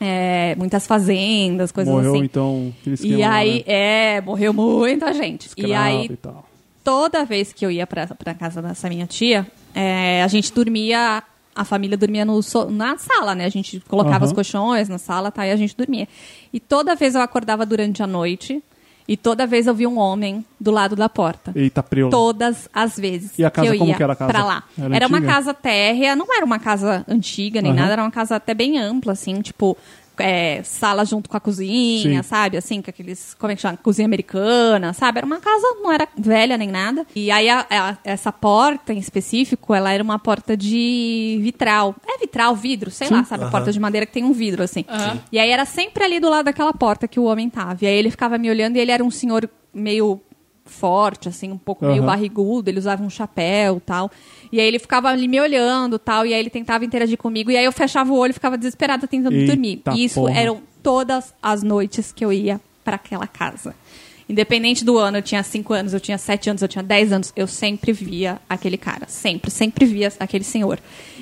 S2: É, muitas fazendas, coisas
S3: Morreu,
S2: assim.
S3: então, aquele esquema
S2: E
S3: lá,
S2: aí,
S3: né?
S2: é, morreu muita gente. e
S3: Escravo
S2: aí,
S3: e tal.
S2: toda vez que eu ia pra, pra casa dessa minha tia, é, a gente dormia, a família dormia no so- na sala, né? A gente colocava
S3: Aham.
S2: os colchões na sala, tá? E a gente dormia. E toda vez eu acordava durante a noite, e toda vez eu via um homem do lado da porta.
S3: Eita, preula.
S2: Todas as vezes
S3: E a casa,
S2: que eu
S3: como
S2: ia
S3: que era a casa?
S2: pra lá.
S3: Era
S2: Era, uma
S3: antiga?
S2: casa térrea, não era uma casa antiga nem
S3: Aham.
S2: nada, era uma casa até bem ampla, assim, tipo, é, sala junto com a cozinha,
S3: Sim.
S2: sabe? Assim, com aqueles, como é que chama? Cozinha americana, sabe? Era uma casa, não era velha nem nada. E aí, a- a- essa porta em específico, ela era uma porta de vitral. É vitral, vidro, sei lá, sabe? A porta de madeira que tem um vidro, assim. E aí, era sempre ali do lado daquela porta que o homem tava. E aí, ele ficava me olhando e ele era um senhor meio forte, assim, um pouco meio
S3: Aham.
S2: barrigudo barrigudo, ele usava um chapéu tal. E aí ele ficava ali me olhando tal, e aí ele tentava interagir comigo, e aí eu fechava o olho e ficava desesperada tentando
S3: Eita
S2: dormir. E isso
S3: porra.
S2: eram todas as noites que eu ia para aquela casa. Independente do ano, eu tinha 5 anos, eu tinha 7 anos, eu tinha 10 anos, eu sempre via aquele cara. Sempre, sempre via aquele senhor.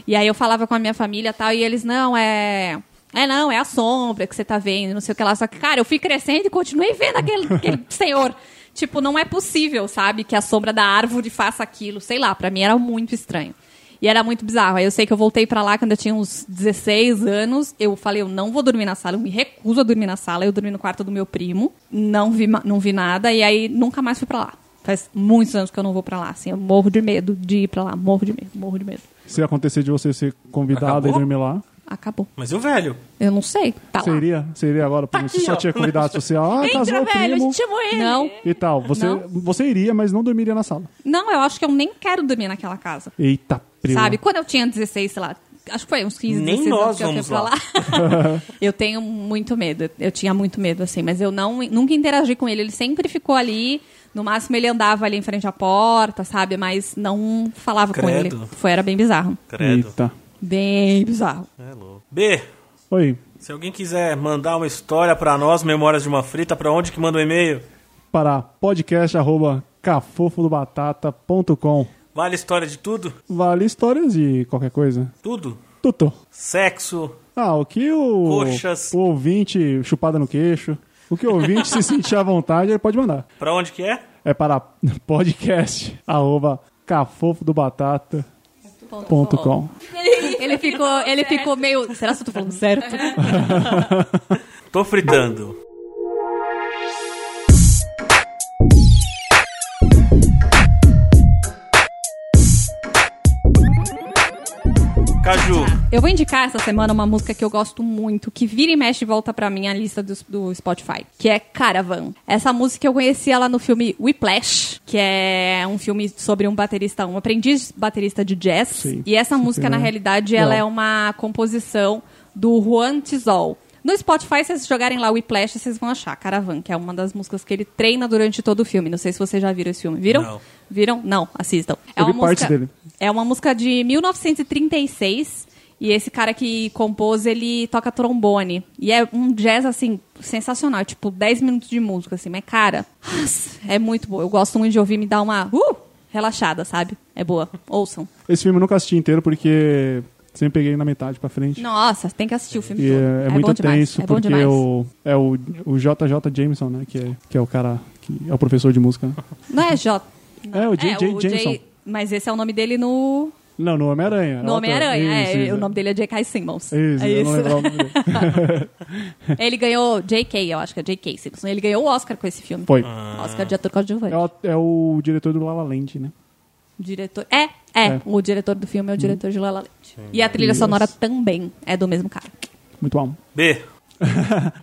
S2: E aí eu falava com a minha família tal, e eles, não, é. É, não, é a sombra que você tá vendo, não sei o que lá. Só que, cara, eu fui crescendo e continuei vendo aquele, aquele senhor. Tipo, não é possível, sabe, que a sombra da árvore faça aquilo. Sei lá, pra mim era muito estranho. E era muito bizarro. Aí eu sei que eu voltei pra lá quando eu tinha uns 16 anos. Eu falei, eu não vou dormir na sala, eu me recuso a dormir na sala. Eu dormi no quarto do meu primo, não vi, ma- não vi nada, e aí nunca mais fui pra lá. Faz muitos anos que eu não vou pra lá, assim. Eu morro de medo de ir pra lá, morro de medo, morro de medo.
S3: Se acontecer de você ser convidado
S6: Acabou?
S3: e dormir lá,
S2: Acabou.
S6: Mas e o velho?
S2: Eu não sei, tá lá.
S3: seria? Seria agora? Porque
S6: aqui,
S3: você só
S6: ó.
S3: tinha convidado se você, ah, casou
S4: Entra,
S3: o
S4: velho, a
S3: primo
S4: gente chamou ele.
S2: Não,
S3: e tal. Você,
S2: Não?
S3: você iria, mas não dormiria na sala.
S2: não, eu acho que eu nem quero dormir naquela casa.
S3: Eita, preula.
S2: Sabe? Quando eu tinha 16, sei lá, acho que foi uns 15,
S6: Nem
S2: 16
S6: nós
S2: anos que eu
S6: vamos
S2: fui pra
S6: lá.
S2: lá. eu tenho muito medo. Eu tinha muito medo, assim, mas eu não, nunca interagi com ele. Ele sempre ficou ali. No máximo ele andava ali em frente à porta, sabe? Mas não falava com ele.
S6: Credo.
S2: Foi, era bem bizarro.
S6: Credo.
S3: Eita.
S2: Bem bizarro.
S6: É louco. B,
S3: Oi,
S6: se alguém quiser mandar uma história pra nós, Memórias de uma Frita, pra onde que manda o e-mail?
S3: para podcast arroba cafofodobatata.com.
S6: Vale história de tudo?
S3: Vale histórias de qualquer coisa.
S6: Tudo?
S3: Tutu.
S6: Sexo?
S3: Ah, o que o,
S6: Coxas.
S3: o ouvinte chupada no queixo, o que o ouvinte se sentir à vontade, ele pode mandar.
S6: Pra onde que é?
S3: É para podcast arroba cafofodobatata.com.
S2: Ele ficou, ele ficou meio. Será que eu tô falando certo?
S6: Tô fritando. Caju,
S2: Eu vou indicar essa semana uma música que eu gosto muito, que vira e mexe e volta pra minha lista do, do Spotify, que é Caravan. Essa música eu conheci ela no filme Whiplash, que é um filme sobre um baterista, um aprendiz baterista de jazz.
S3: Sim.
S2: E essa
S3: Sim,
S2: música, na
S3: né?
S2: realidade, ela
S3: Não.
S2: é uma composição do Juan Tizol. No Spotify, se vocês jogarem lá Whiplash, vocês vão achar Caravan, que é uma das músicas que ele treina durante todo o filme. Não sei se vocês já viram esse filme. Viram?
S6: Não.
S2: Viram? Não, assistam.
S3: Eu vi parte dele.
S2: É uma música de 1936 e esse cara que compôs, ele toca trombone. E é um jazz, assim, sensacional. Tipo, 10 minutos de música, assim. Mas, cara, é muito boa. Eu gosto muito de ouvir, me dá uma uh, relaxada, sabe? É boa. Ouçam.
S3: Esse filme eu nunca assisti inteiro porque sempre peguei na metade pra frente.
S2: Nossa, tem que assistir o filme
S3: E
S2: todo.
S3: é, é
S2: bom
S3: muito
S2: demais.
S3: tenso
S2: é bom
S3: porque
S2: demais.
S3: o, é o, o JJ Jameson, né? Que é, que é o cara que é o professor de música. né?
S2: Não é J.
S3: É, o J.J. Jameson.
S2: Mas esse é o nome dele no,
S3: Não, no Homem-Aranha. é
S2: no
S3: outro-
S2: Homem-Aranha.
S3: Isso,
S2: É,
S3: isso,
S2: o nome dele é J.K. Simmons.
S3: Isso,
S2: é
S3: eu
S2: isso.
S3: não lembrava o nome dele.
S2: Ele ganhou J.K., eu acho que é J.K. Simpson. Ele ganhou o Oscar com esse filme.
S3: Foi.
S4: Ah.
S2: Oscar de ator coadjuvante.
S3: É o, é o diretor do La La Land, né?
S2: Diretor. É, é,
S3: É.
S2: O diretor do filme é o diretor de La La Land. E a trilha
S3: Yes.
S2: sonora também é do mesmo cara.
S3: Muito bom.
S6: B,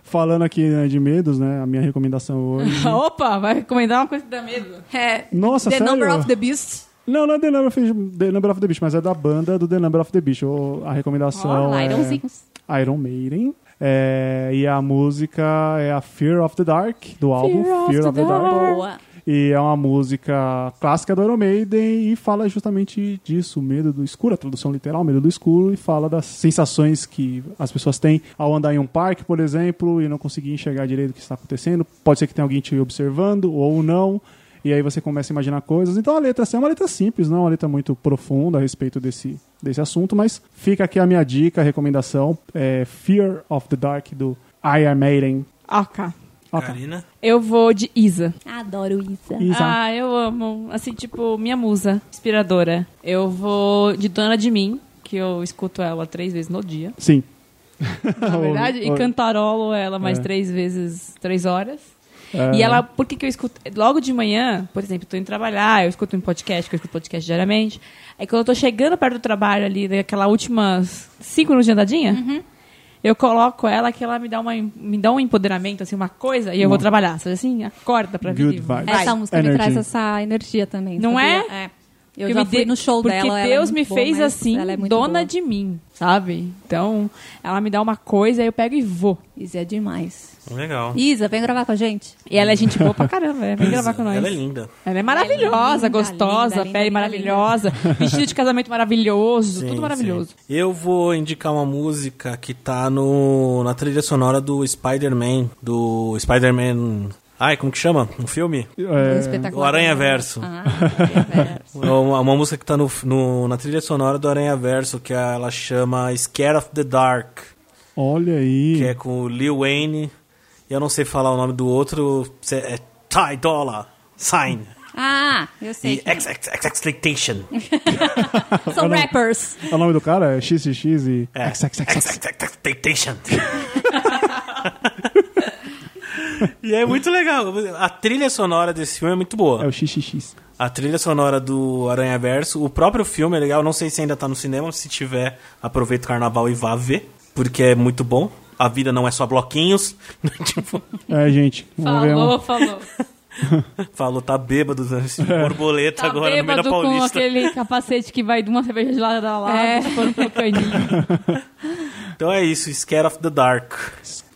S3: Falando aqui né, de medos, né? A minha recomendação hoje.
S4: Opa, vai recomendar uma coisa que dá medo.
S2: É.
S3: Nossa,
S2: the
S3: sério?
S2: Number of the Beast.
S3: Não, não é The Number, of, the Number of the Beast, mas é da banda do The Number of the Beast. O- A recomendação
S2: Ó,
S3: é
S2: Ironzinhos.
S3: Iron Maiden. É, e a música é a Fear of the Dark, do álbum Fear of the Dark.
S2: Boa.
S3: E é uma música clássica do Iron Maiden e fala justamente disso, o medo do escuro, a tradução literal, medo do escuro, e fala das sensações que as pessoas têm ao andar em um parque, por exemplo, e não conseguir enxergar direito o que está acontecendo. Pode ser que tenha alguém te observando ou não. E aí você começa a imaginar coisas. Então a letra assim, é uma letra simples, não é uma letra muito profunda a respeito desse, desse assunto, mas fica aqui a minha dica, a recomendação. É Fear of the Dark, do Iron Maiden. Ah,
S4: Ok.
S3: Ok.
S1: Karina?
S4: Eu vou de Isa.
S2: Adoro Isa.
S3: Isa.
S4: Ah, eu amo. Assim, tipo, minha musa inspiradora. Eu vou de Dona de Mim, que eu escuto ela três vezes no dia,
S3: Sim.
S4: na verdade, e cantarolo ela mais
S3: É.
S4: três vezes, três horas.
S3: Ah.
S4: E ela, por que, que eu escuto? Logo de manhã, por exemplo, eu tô indo trabalhar, eu escuto um podcast, que eu escuto podcast diariamente. Aí quando eu tô chegando perto do trabalho ali, daquela últimas cinco minutos de andadinha,
S2: Uhum.
S4: eu coloco ela que ela me dá, uma, me dá um empoderamento, assim, uma coisa, e eu vou
S3: Uma-
S4: trabalhar. Sabe assim? Acorda pra vida.
S3: Good
S4: e
S3: vibes.
S4: vai.
S2: Essa música me
S3: Energy.
S2: traz essa energia também.
S4: Não
S2: sabia?
S4: é?
S2: Eu
S4: Que
S2: já
S4: me
S2: fui
S4: dê-
S2: no show
S4: porque
S2: dela. ela é
S4: Deus me
S2: muito boa,
S4: fez
S2: mas
S4: assim,
S2: ela é muito
S4: dona
S2: boa.
S4: de mim, sabe? Então, ela me dá uma coisa, aí eu pego e vou.
S2: Isa é demais.
S1: Legal.
S2: Isa, vem gravar com a gente.
S4: E ela é gente boa pra caramba, é. Vem gravar com nós.
S1: Ela é linda.
S4: Ela é maravilhosa,
S2: linda,
S4: gostosa,
S2: linda, linda,
S4: pele
S2: linda,
S4: maravilhosa, vestido de casamento maravilhoso,
S1: Sim,
S4: tudo maravilhoso.
S1: sim. Eu vou indicar uma música que tá no, na trilha sonora do Spider-Man. Do Spider-Man. Ai, como que chama? Um filme?
S3: É,
S2: É Espetacular.
S1: O Aranha Verso.
S2: Ah, Aranha Verso.
S1: É uma, uma música que tá no, no- na trilha sonora do Aranha Verso, que é, ela chama Scare of the Dark,
S3: Olha aí.
S1: que é com o Lil Wayne. E eu não sei falar o nome do outro, se- é Ty Dolla Sign
S2: Ah, eu sei.
S1: e
S2: quem é.
S1: XXX Expectation.
S2: São rappers.
S3: O nome do cara é XXX e...
S1: É.
S3: XXX.
S1: Expectation. E é muito legal. A trilha sonora desse filme é muito boa.
S3: É o XXX.
S1: A trilha sonora do Aranha Verso, o próprio filme é legal, não sei se ainda tá no cinema, se tiver, aproveita o carnaval e vá ver, porque é muito bom. A vida não é só bloquinhos. tipo,
S3: É, gente. Vamos ver
S4: Falou,
S3: uma...
S4: falou.
S1: falou, tá bêbado, né? Esse borboleta
S4: É. Tá
S1: agora no meio da
S4: bêbado com
S1: Paulista.
S4: aquele capacete que vai de uma cerveja gelada da lado,
S2: É.
S4: é. pôr pro caninho.
S1: Então é isso, Scare of the Dark.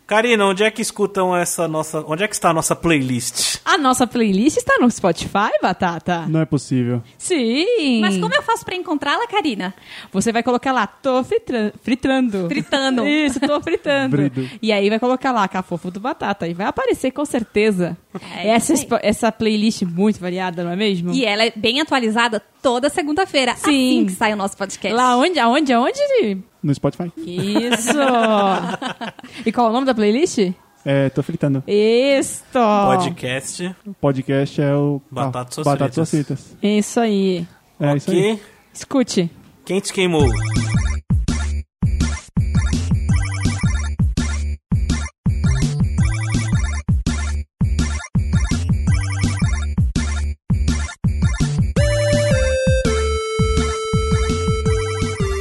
S1: Karina, onde é que escutam essa nossa. Onde é que está a nossa playlist?
S4: A nossa playlist está no Spotify, Batata?
S3: Não é possível.
S4: Sim.
S2: Mas como é? eu faço pra encontrá-la, Karina?
S4: Você vai colocar lá, tô fritran- fritando.
S2: Fritando.
S4: Isso, tô fritando.
S3: Brido.
S4: E aí vai colocar lá, Cafofo do Batata. E vai aparecer com certeza.
S2: É isso
S4: essa,
S2: aí.
S4: espo- essa playlist muito variada, não é mesmo?
S2: E ela é bem atualizada toda segunda-feira,
S4: Sim.
S2: assim que sai o nosso podcast.
S4: Lá onde? Aonde? Aonde?
S3: No Spotify.
S4: Isso! e qual é o nome da playlist?
S3: É, tô fritando.
S4: Isto!
S1: Podcast.
S3: O podcast é o...
S1: Batatas
S3: ah, Batatas
S1: Suas Fritas.
S3: Suas Fritas.
S4: Isso aí.
S3: É isso aí.
S1: Que
S4: Escute.
S1: quem te queimou?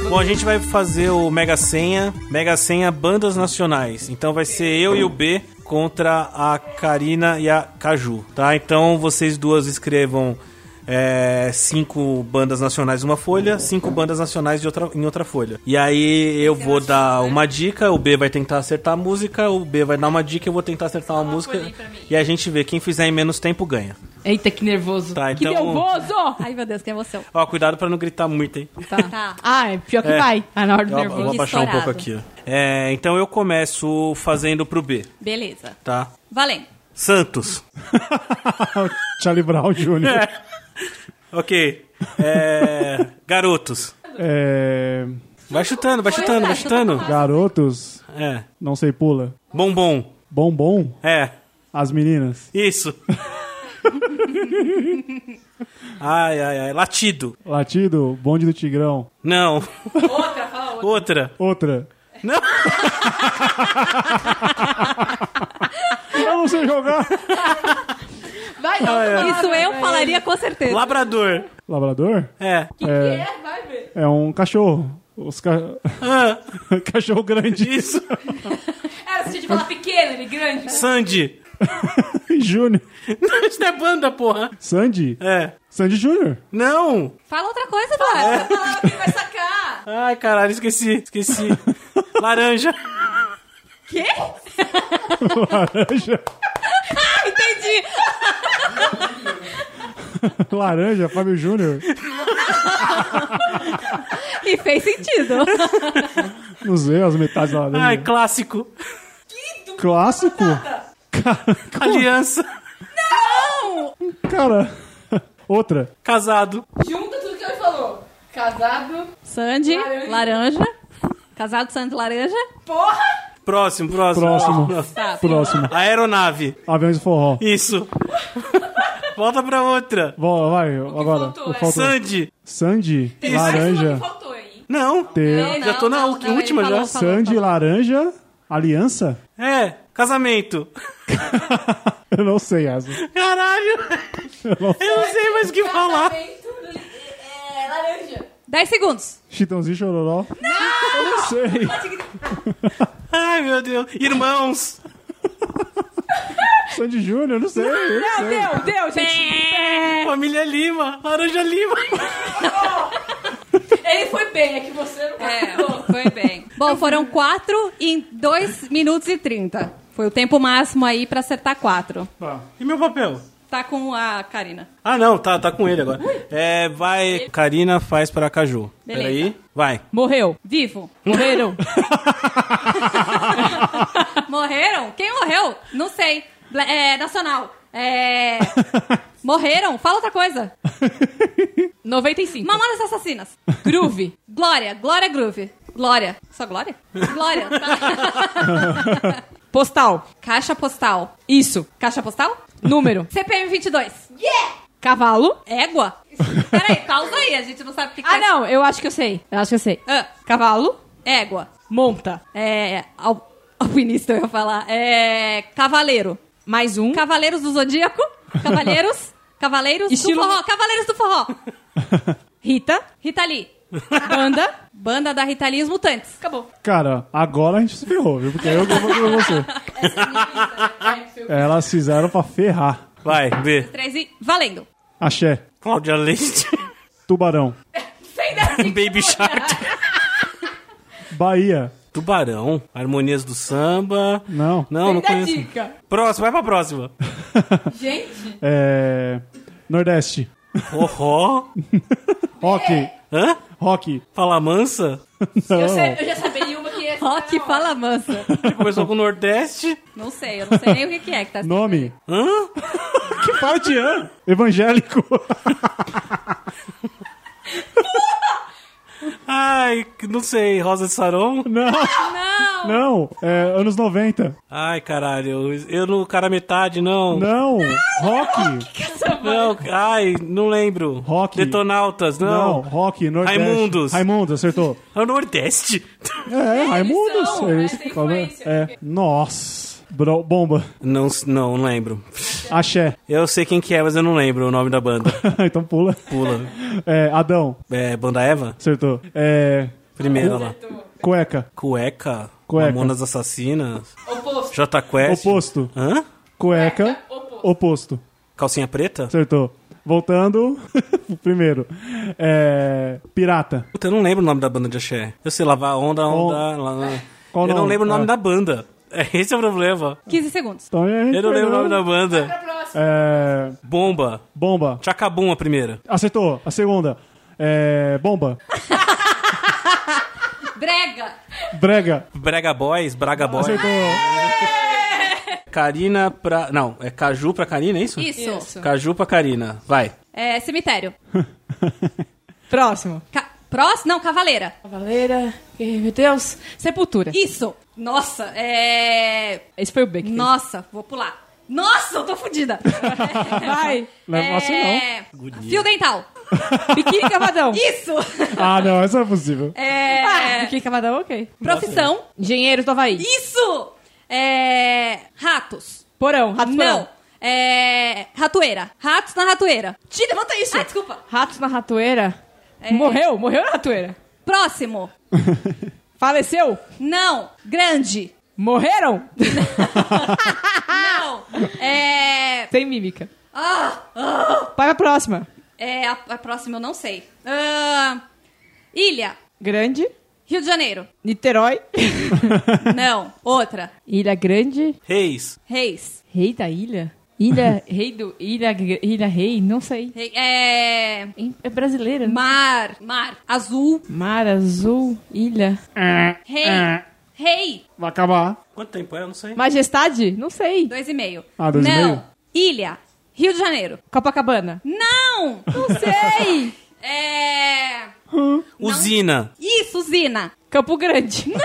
S1: Bom, a gente vai fazer o Mega Senha, Mega Senha Bandas Nacionais. Então vai ser eu e o B contra a Karina e a Caju, tá? Então vocês duas escrevam é, cinco bandas nacionais numa folha, cinco bandas nacionais de outra, em outra folha. E aí eu vou dar uma dica, o B vai tentar acertar a música, o B vai dar uma dica, eu vou tentar acertar uma música. E a gente vê quem fizer em menos tempo ganha.
S4: Eita, que nervoso.
S1: Tá,
S4: que
S1: então-
S4: nervoso!
S2: Ai, meu Deus, é que emoção.
S1: Ó, cuidado pra não gritar muito, hein?
S2: Tá. tá.
S4: Ah, é pior que
S1: É.
S4: vai. Ah, na hora do
S1: Eu, eu
S4: nervoso.
S1: vou abaixar um
S2: estourado.
S1: pouco aqui. ó. É, então eu começo fazendo pro B,
S2: Beleza.
S1: tá?
S2: Valendo.
S1: Santos.
S3: Charlie Brown
S1: É.
S3: Jr.
S1: Ok. É, garotos.
S3: É,
S1: Vai chutando, vai chutando, vai chutando.
S3: Garotos,
S1: É.
S3: não sei, pula.
S1: Bombom.
S3: Bombom,
S1: É.
S3: as meninas.
S1: Isso. Ai, ai, ai. Latido.
S3: Latido, bonde do tigrão.
S1: Não. Outra.
S3: Outra.
S1: Não.
S3: Eu não sei jogar.
S4: Ah, Vai, não,
S2: Isso eu falaria com certeza.
S1: Labrador.
S3: Labrador?
S1: É.
S3: é,
S4: Vai ver.
S3: é um cachorro. Os ca-
S1: Ah,
S3: cachorro grande.
S1: isso.
S2: É,
S4: Era sentido de falar pequeno, ele grande.
S1: Sandy.
S3: Júnior.
S1: Não, isso não é banda, porra.
S3: Sandy.
S1: É.
S3: Sandy Júnior.
S1: Não.
S2: Fala outra coisa,
S4: É.
S2: Dora. Fala que vai sacar.
S1: Ai, caralho, esqueci. Esqueci. Laranja.
S3: Laranja.
S2: Entendi.
S3: Laranja, Fábio Júnior.
S2: E fez sentido.
S3: Não sei as metades da laranja.
S1: Ai, clássico.
S3: Clássico?
S1: Aliança.
S3: Cara, outra.
S1: Casado.
S7: Junta tudo que ele falou. Casado.
S2: Sandy,
S7: Laranja.
S2: laranja. Casado, Sandy, laranja.
S7: Porra!
S1: Próximo, próximo.
S3: Próximo.
S2: Tá.
S3: Próximo.
S1: Aeronave.
S3: Aviões de forró.
S1: Isso. Volta pra outra.
S3: Bom, vai, agora.
S7: faltou,
S3: O
S7: é?
S3: faltou.
S1: Sandy.
S3: Sandy,
S7: Mas
S3: laranja.
S7: uma que faltou, hein?
S1: Não.
S3: T.
S1: já tô na
S2: não,
S1: última
S2: ele falou,
S1: já.
S2: falou,
S3: Sandy,
S2: falou.
S3: laranja, aliança?
S1: É. Casamento.
S3: Eu não sei essa.
S1: Caralho. Eu não sei mais o que falar.
S7: Casamento, É, laranja.
S2: 10 segundos.
S3: Chitãozinho chororó. Não! Eu não sei.
S1: Ai, meu Deus. Irmãos.
S3: Sandy Júnior, não sei. eu não sei.
S4: Deu, deu, gente.
S2: É.
S1: Família Lima. Laranja Lima.
S7: Ele foi bem, é que você não
S2: É, foi bem. Bom, foram 4 em 2 minutos e 30. Foi o tempo máximo aí pra acertar 4.
S1: E meu papel?
S2: Tá com a Karina.
S1: Ah, não. Tá, tá com ele agora. É, vai. Karina faz para Caju.
S2: Beleza.
S1: Peraí. Vai.
S4: Morreu.
S2: Vivo.
S4: Morreram.
S2: Morreram? Quem morreu? Não sei. Bla- É, nacional. É... Morreram? Fala outra coisa.
S4: 95.
S2: Mamonas Assassinas.
S4: Groove.
S2: Glória. Glória Groove. Glória. Só Glória? Glória. tá.
S4: Postal.
S2: Caixa postal.
S4: Isso.
S2: Caixa postal?
S4: Número.
S2: CPM 22.
S4: Cavalo.
S2: Égua? Peraí, pausa aí. A gente não sabe o que que
S4: Ah,
S2: é-
S4: não. Eu acho que eu sei. Eu acho que eu sei.
S2: Ah,
S4: Cavalo.
S2: égua.
S4: Monta.
S2: É... Al... Alpinista, eu ia falar. É... Cavaleiro.
S4: Mais um.
S2: Cavaleiros do Zodíaco. Cavaleiros. Cavaleiros
S4: Estilo-
S2: do Forró. Cavaleiros do Forró.
S4: Rita.
S2: Rita Lee.
S4: Banda.
S2: Banda da Rita Lee e os Mutantes. Acabou.
S3: Cara, agora a gente se ferrou, viu? Porque eu vou com você. Elas fizeram pra ferrar.
S1: Vai. B.
S2: 13, valendo.
S3: Axé,
S1: Cláudia Leite.
S3: Tubarão,
S1: Um Baby Shark.
S3: Bahia.
S1: Tubarão. Harmonias do samba.
S3: Não.
S1: Não, não
S7: dá
S1: conheço.
S7: dica.
S1: Próximo, vai pra próxima.
S7: Gente,
S3: É... Nordeste.
S1: Forró.
S3: Rock.
S1: Hã?
S3: Rock.
S1: Fala mansa?
S7: eu,
S1: Oh.
S3: Não.
S7: sei- eu já sabia uma que ia ser
S2: Rock
S7: na hora.
S2: fala mansa.
S1: Que começou com o Nordeste.
S2: Não sei, eu não sei nem o que, que é que tá
S3: Nome.
S1: Hã?
S3: Que parte é? Evangélico.
S1: Ai, que- não sei. Rosa de Saron?
S3: Não. Não. Não. É, anos 90.
S1: Ai, caralho. Eu não. Cara, metade, não.
S3: Não. Rock.
S1: Não, ai, não lembro.
S3: Rock.
S1: Detonautas,
S3: Não.
S1: não.
S3: Rock. Nordeste.
S1: Raimundos.
S3: Raimundos, acertou.
S1: É o Nordeste.
S3: É, Raimundos.
S7: são,
S3: É
S7: né?
S3: isso
S7: Tem
S3: que falou.
S7: influência.
S3: É. Nossa. Bro- bomba.
S1: Não, não lembro.
S3: Axé.
S1: Eu sei quem que é, mas eu não lembro o nome da banda.
S3: então pula.
S1: Pula.
S3: É, Adão.
S1: É, banda Eva?
S3: Acertou. É,
S1: Primeira lá.
S3: cueca.
S1: Cueca.
S3: Cueca.
S1: Mamonas Assassinas.
S7: Oposto.
S1: J Quest.
S3: Oposto.
S1: Hã?
S3: Cueca. Oposto.
S1: Calcinha preta?
S3: Acertou. Voltando. o primeiro. É, pirata.
S1: Puta, eu não lembro o nome da banda de axé. Eu sei lá, vai onda, onda.
S3: Qual-
S1: lá, lá.
S3: qual
S1: eu não
S3: nome?
S1: lembro o nome
S3: Ah.
S1: da banda. É, Esse é o problema.
S2: 15 segundos.
S3: Então, a gente
S1: Eu não lembro o
S3: perdeu.
S1: nome da banda.
S3: É,
S1: Bomba.
S3: bomba.
S1: Chacabum a primeira.
S3: Acertou. A segunda. É, bomba.
S2: Brega.
S3: Brega.
S1: Brega Boys, Braga Boys.
S3: Acertou.
S1: Karina pra. Não, é Caju pra Karina, é isso?
S2: Isso.
S1: Caju pra Karina. Vai.
S2: É, cemitério.
S4: Próximo.
S2: Ca... Próximo? Não, cavaleira.
S7: Cavaleira. que- Meu Deus.
S4: Sepultura.
S2: Isso. Nossa, é...
S4: Esse foi o Beck.
S2: Nossa, vou pular. Nossa, eu tô fodida. É,
S4: Vai.
S3: Não é fácil, não.
S2: Fio dental.
S4: Biquíni Cavadão.
S2: Isso.
S3: Ah, não. Essa não é possível.
S4: Ah,
S2: É...
S4: Biquíni Cavadão, ok.
S2: Profissão.
S4: Engenheiro do Havaí.
S2: Isso. É... Ratos.
S4: Porão. Rato
S2: Não.
S4: porão.
S2: É... Ratoeira. Ratos na ratoeira. Te levanta isso. Ah, desculpa.
S4: Ratos na ratoeira.
S2: É.
S4: Morreu? Morreu na ratoeira.
S2: Próximo.
S4: Faleceu?
S2: Não. Grande.
S4: Morreram?
S2: Não. É...
S4: Tem mímica.
S2: Ah,
S4: Vai pra próxima.
S2: é a, a próxima eu não sei. Ah, ilha.
S4: Grande.
S2: Rio de Janeiro.
S4: Niterói.
S2: Não. Outra.
S4: Ilha Grande.
S1: Reis.
S2: Reis.
S4: Rei da Ilha. Ilha Rei do. Ilha, Ilha Rei? Não sei.
S2: É.
S4: É brasileira? né?
S2: Mar, mar, azul,
S4: Mar Azul, Ilha.
S2: rei,
S3: É.
S2: rei,
S3: Vai acabar.
S1: Quanto tempo é? Eu não sei.
S4: Majestade? Não sei.
S2: dois e meio.
S3: Ah, dois e
S2: Não,
S3: meio?
S2: ilha, Rio de Janeiro.
S4: Copacabana.
S2: Não, não sei. é...
S1: Usina.
S2: Isso, Zina.
S4: Campo Grande.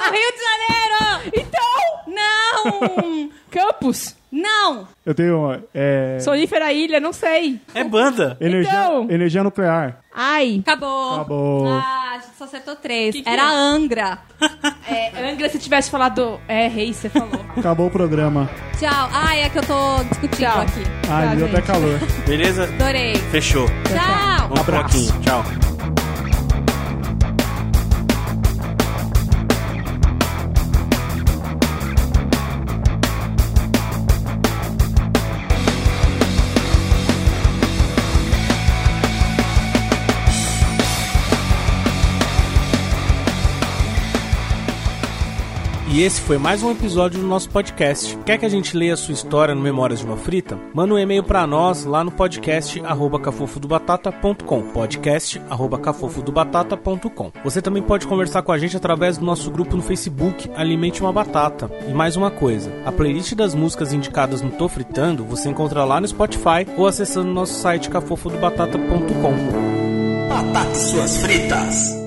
S2: No Rio de Janeiro. Então. Não,
S4: Campos.
S2: não.
S3: Eu tenho. É,
S4: Sonífera Ilha, não sei.
S1: É banda.
S3: energia,
S4: Então.
S3: energia nuclear.
S4: Ai.
S2: Acabou.
S3: Acabou.
S2: Ah, a gente só acertou três.
S4: Que que
S2: Era
S4: é?
S2: Angra.
S4: É, Angra, se tivesse falado. É, rei, você falou.
S3: Acabou o programa.
S2: Tchau. Ai, é que eu tô discutindo
S4: Tchau.
S2: aqui.
S3: Ai,
S4: Tá,
S3: deu até
S4: gente.
S3: calor.
S1: Beleza?
S2: Adorei.
S1: Fechou.
S2: Tchau.
S1: Um abraço. Tchau.
S8: E esse foi mais um episódio do nosso podcast. Quer que a gente leia a sua história no Memórias de uma Frita? Manda um e-mail para nós lá no podcast arroba cafofodobatata.com podcast arroba cafofodobatata.com Você também pode conversar com a gente através do nosso grupo no Facebook Alimente uma Batata. E mais uma coisa, a playlist das músicas indicadas no Tô Fritando você encontra lá no Spotify ou acessando nosso site cafofodobatata.com
S9: Batata e suas fritas.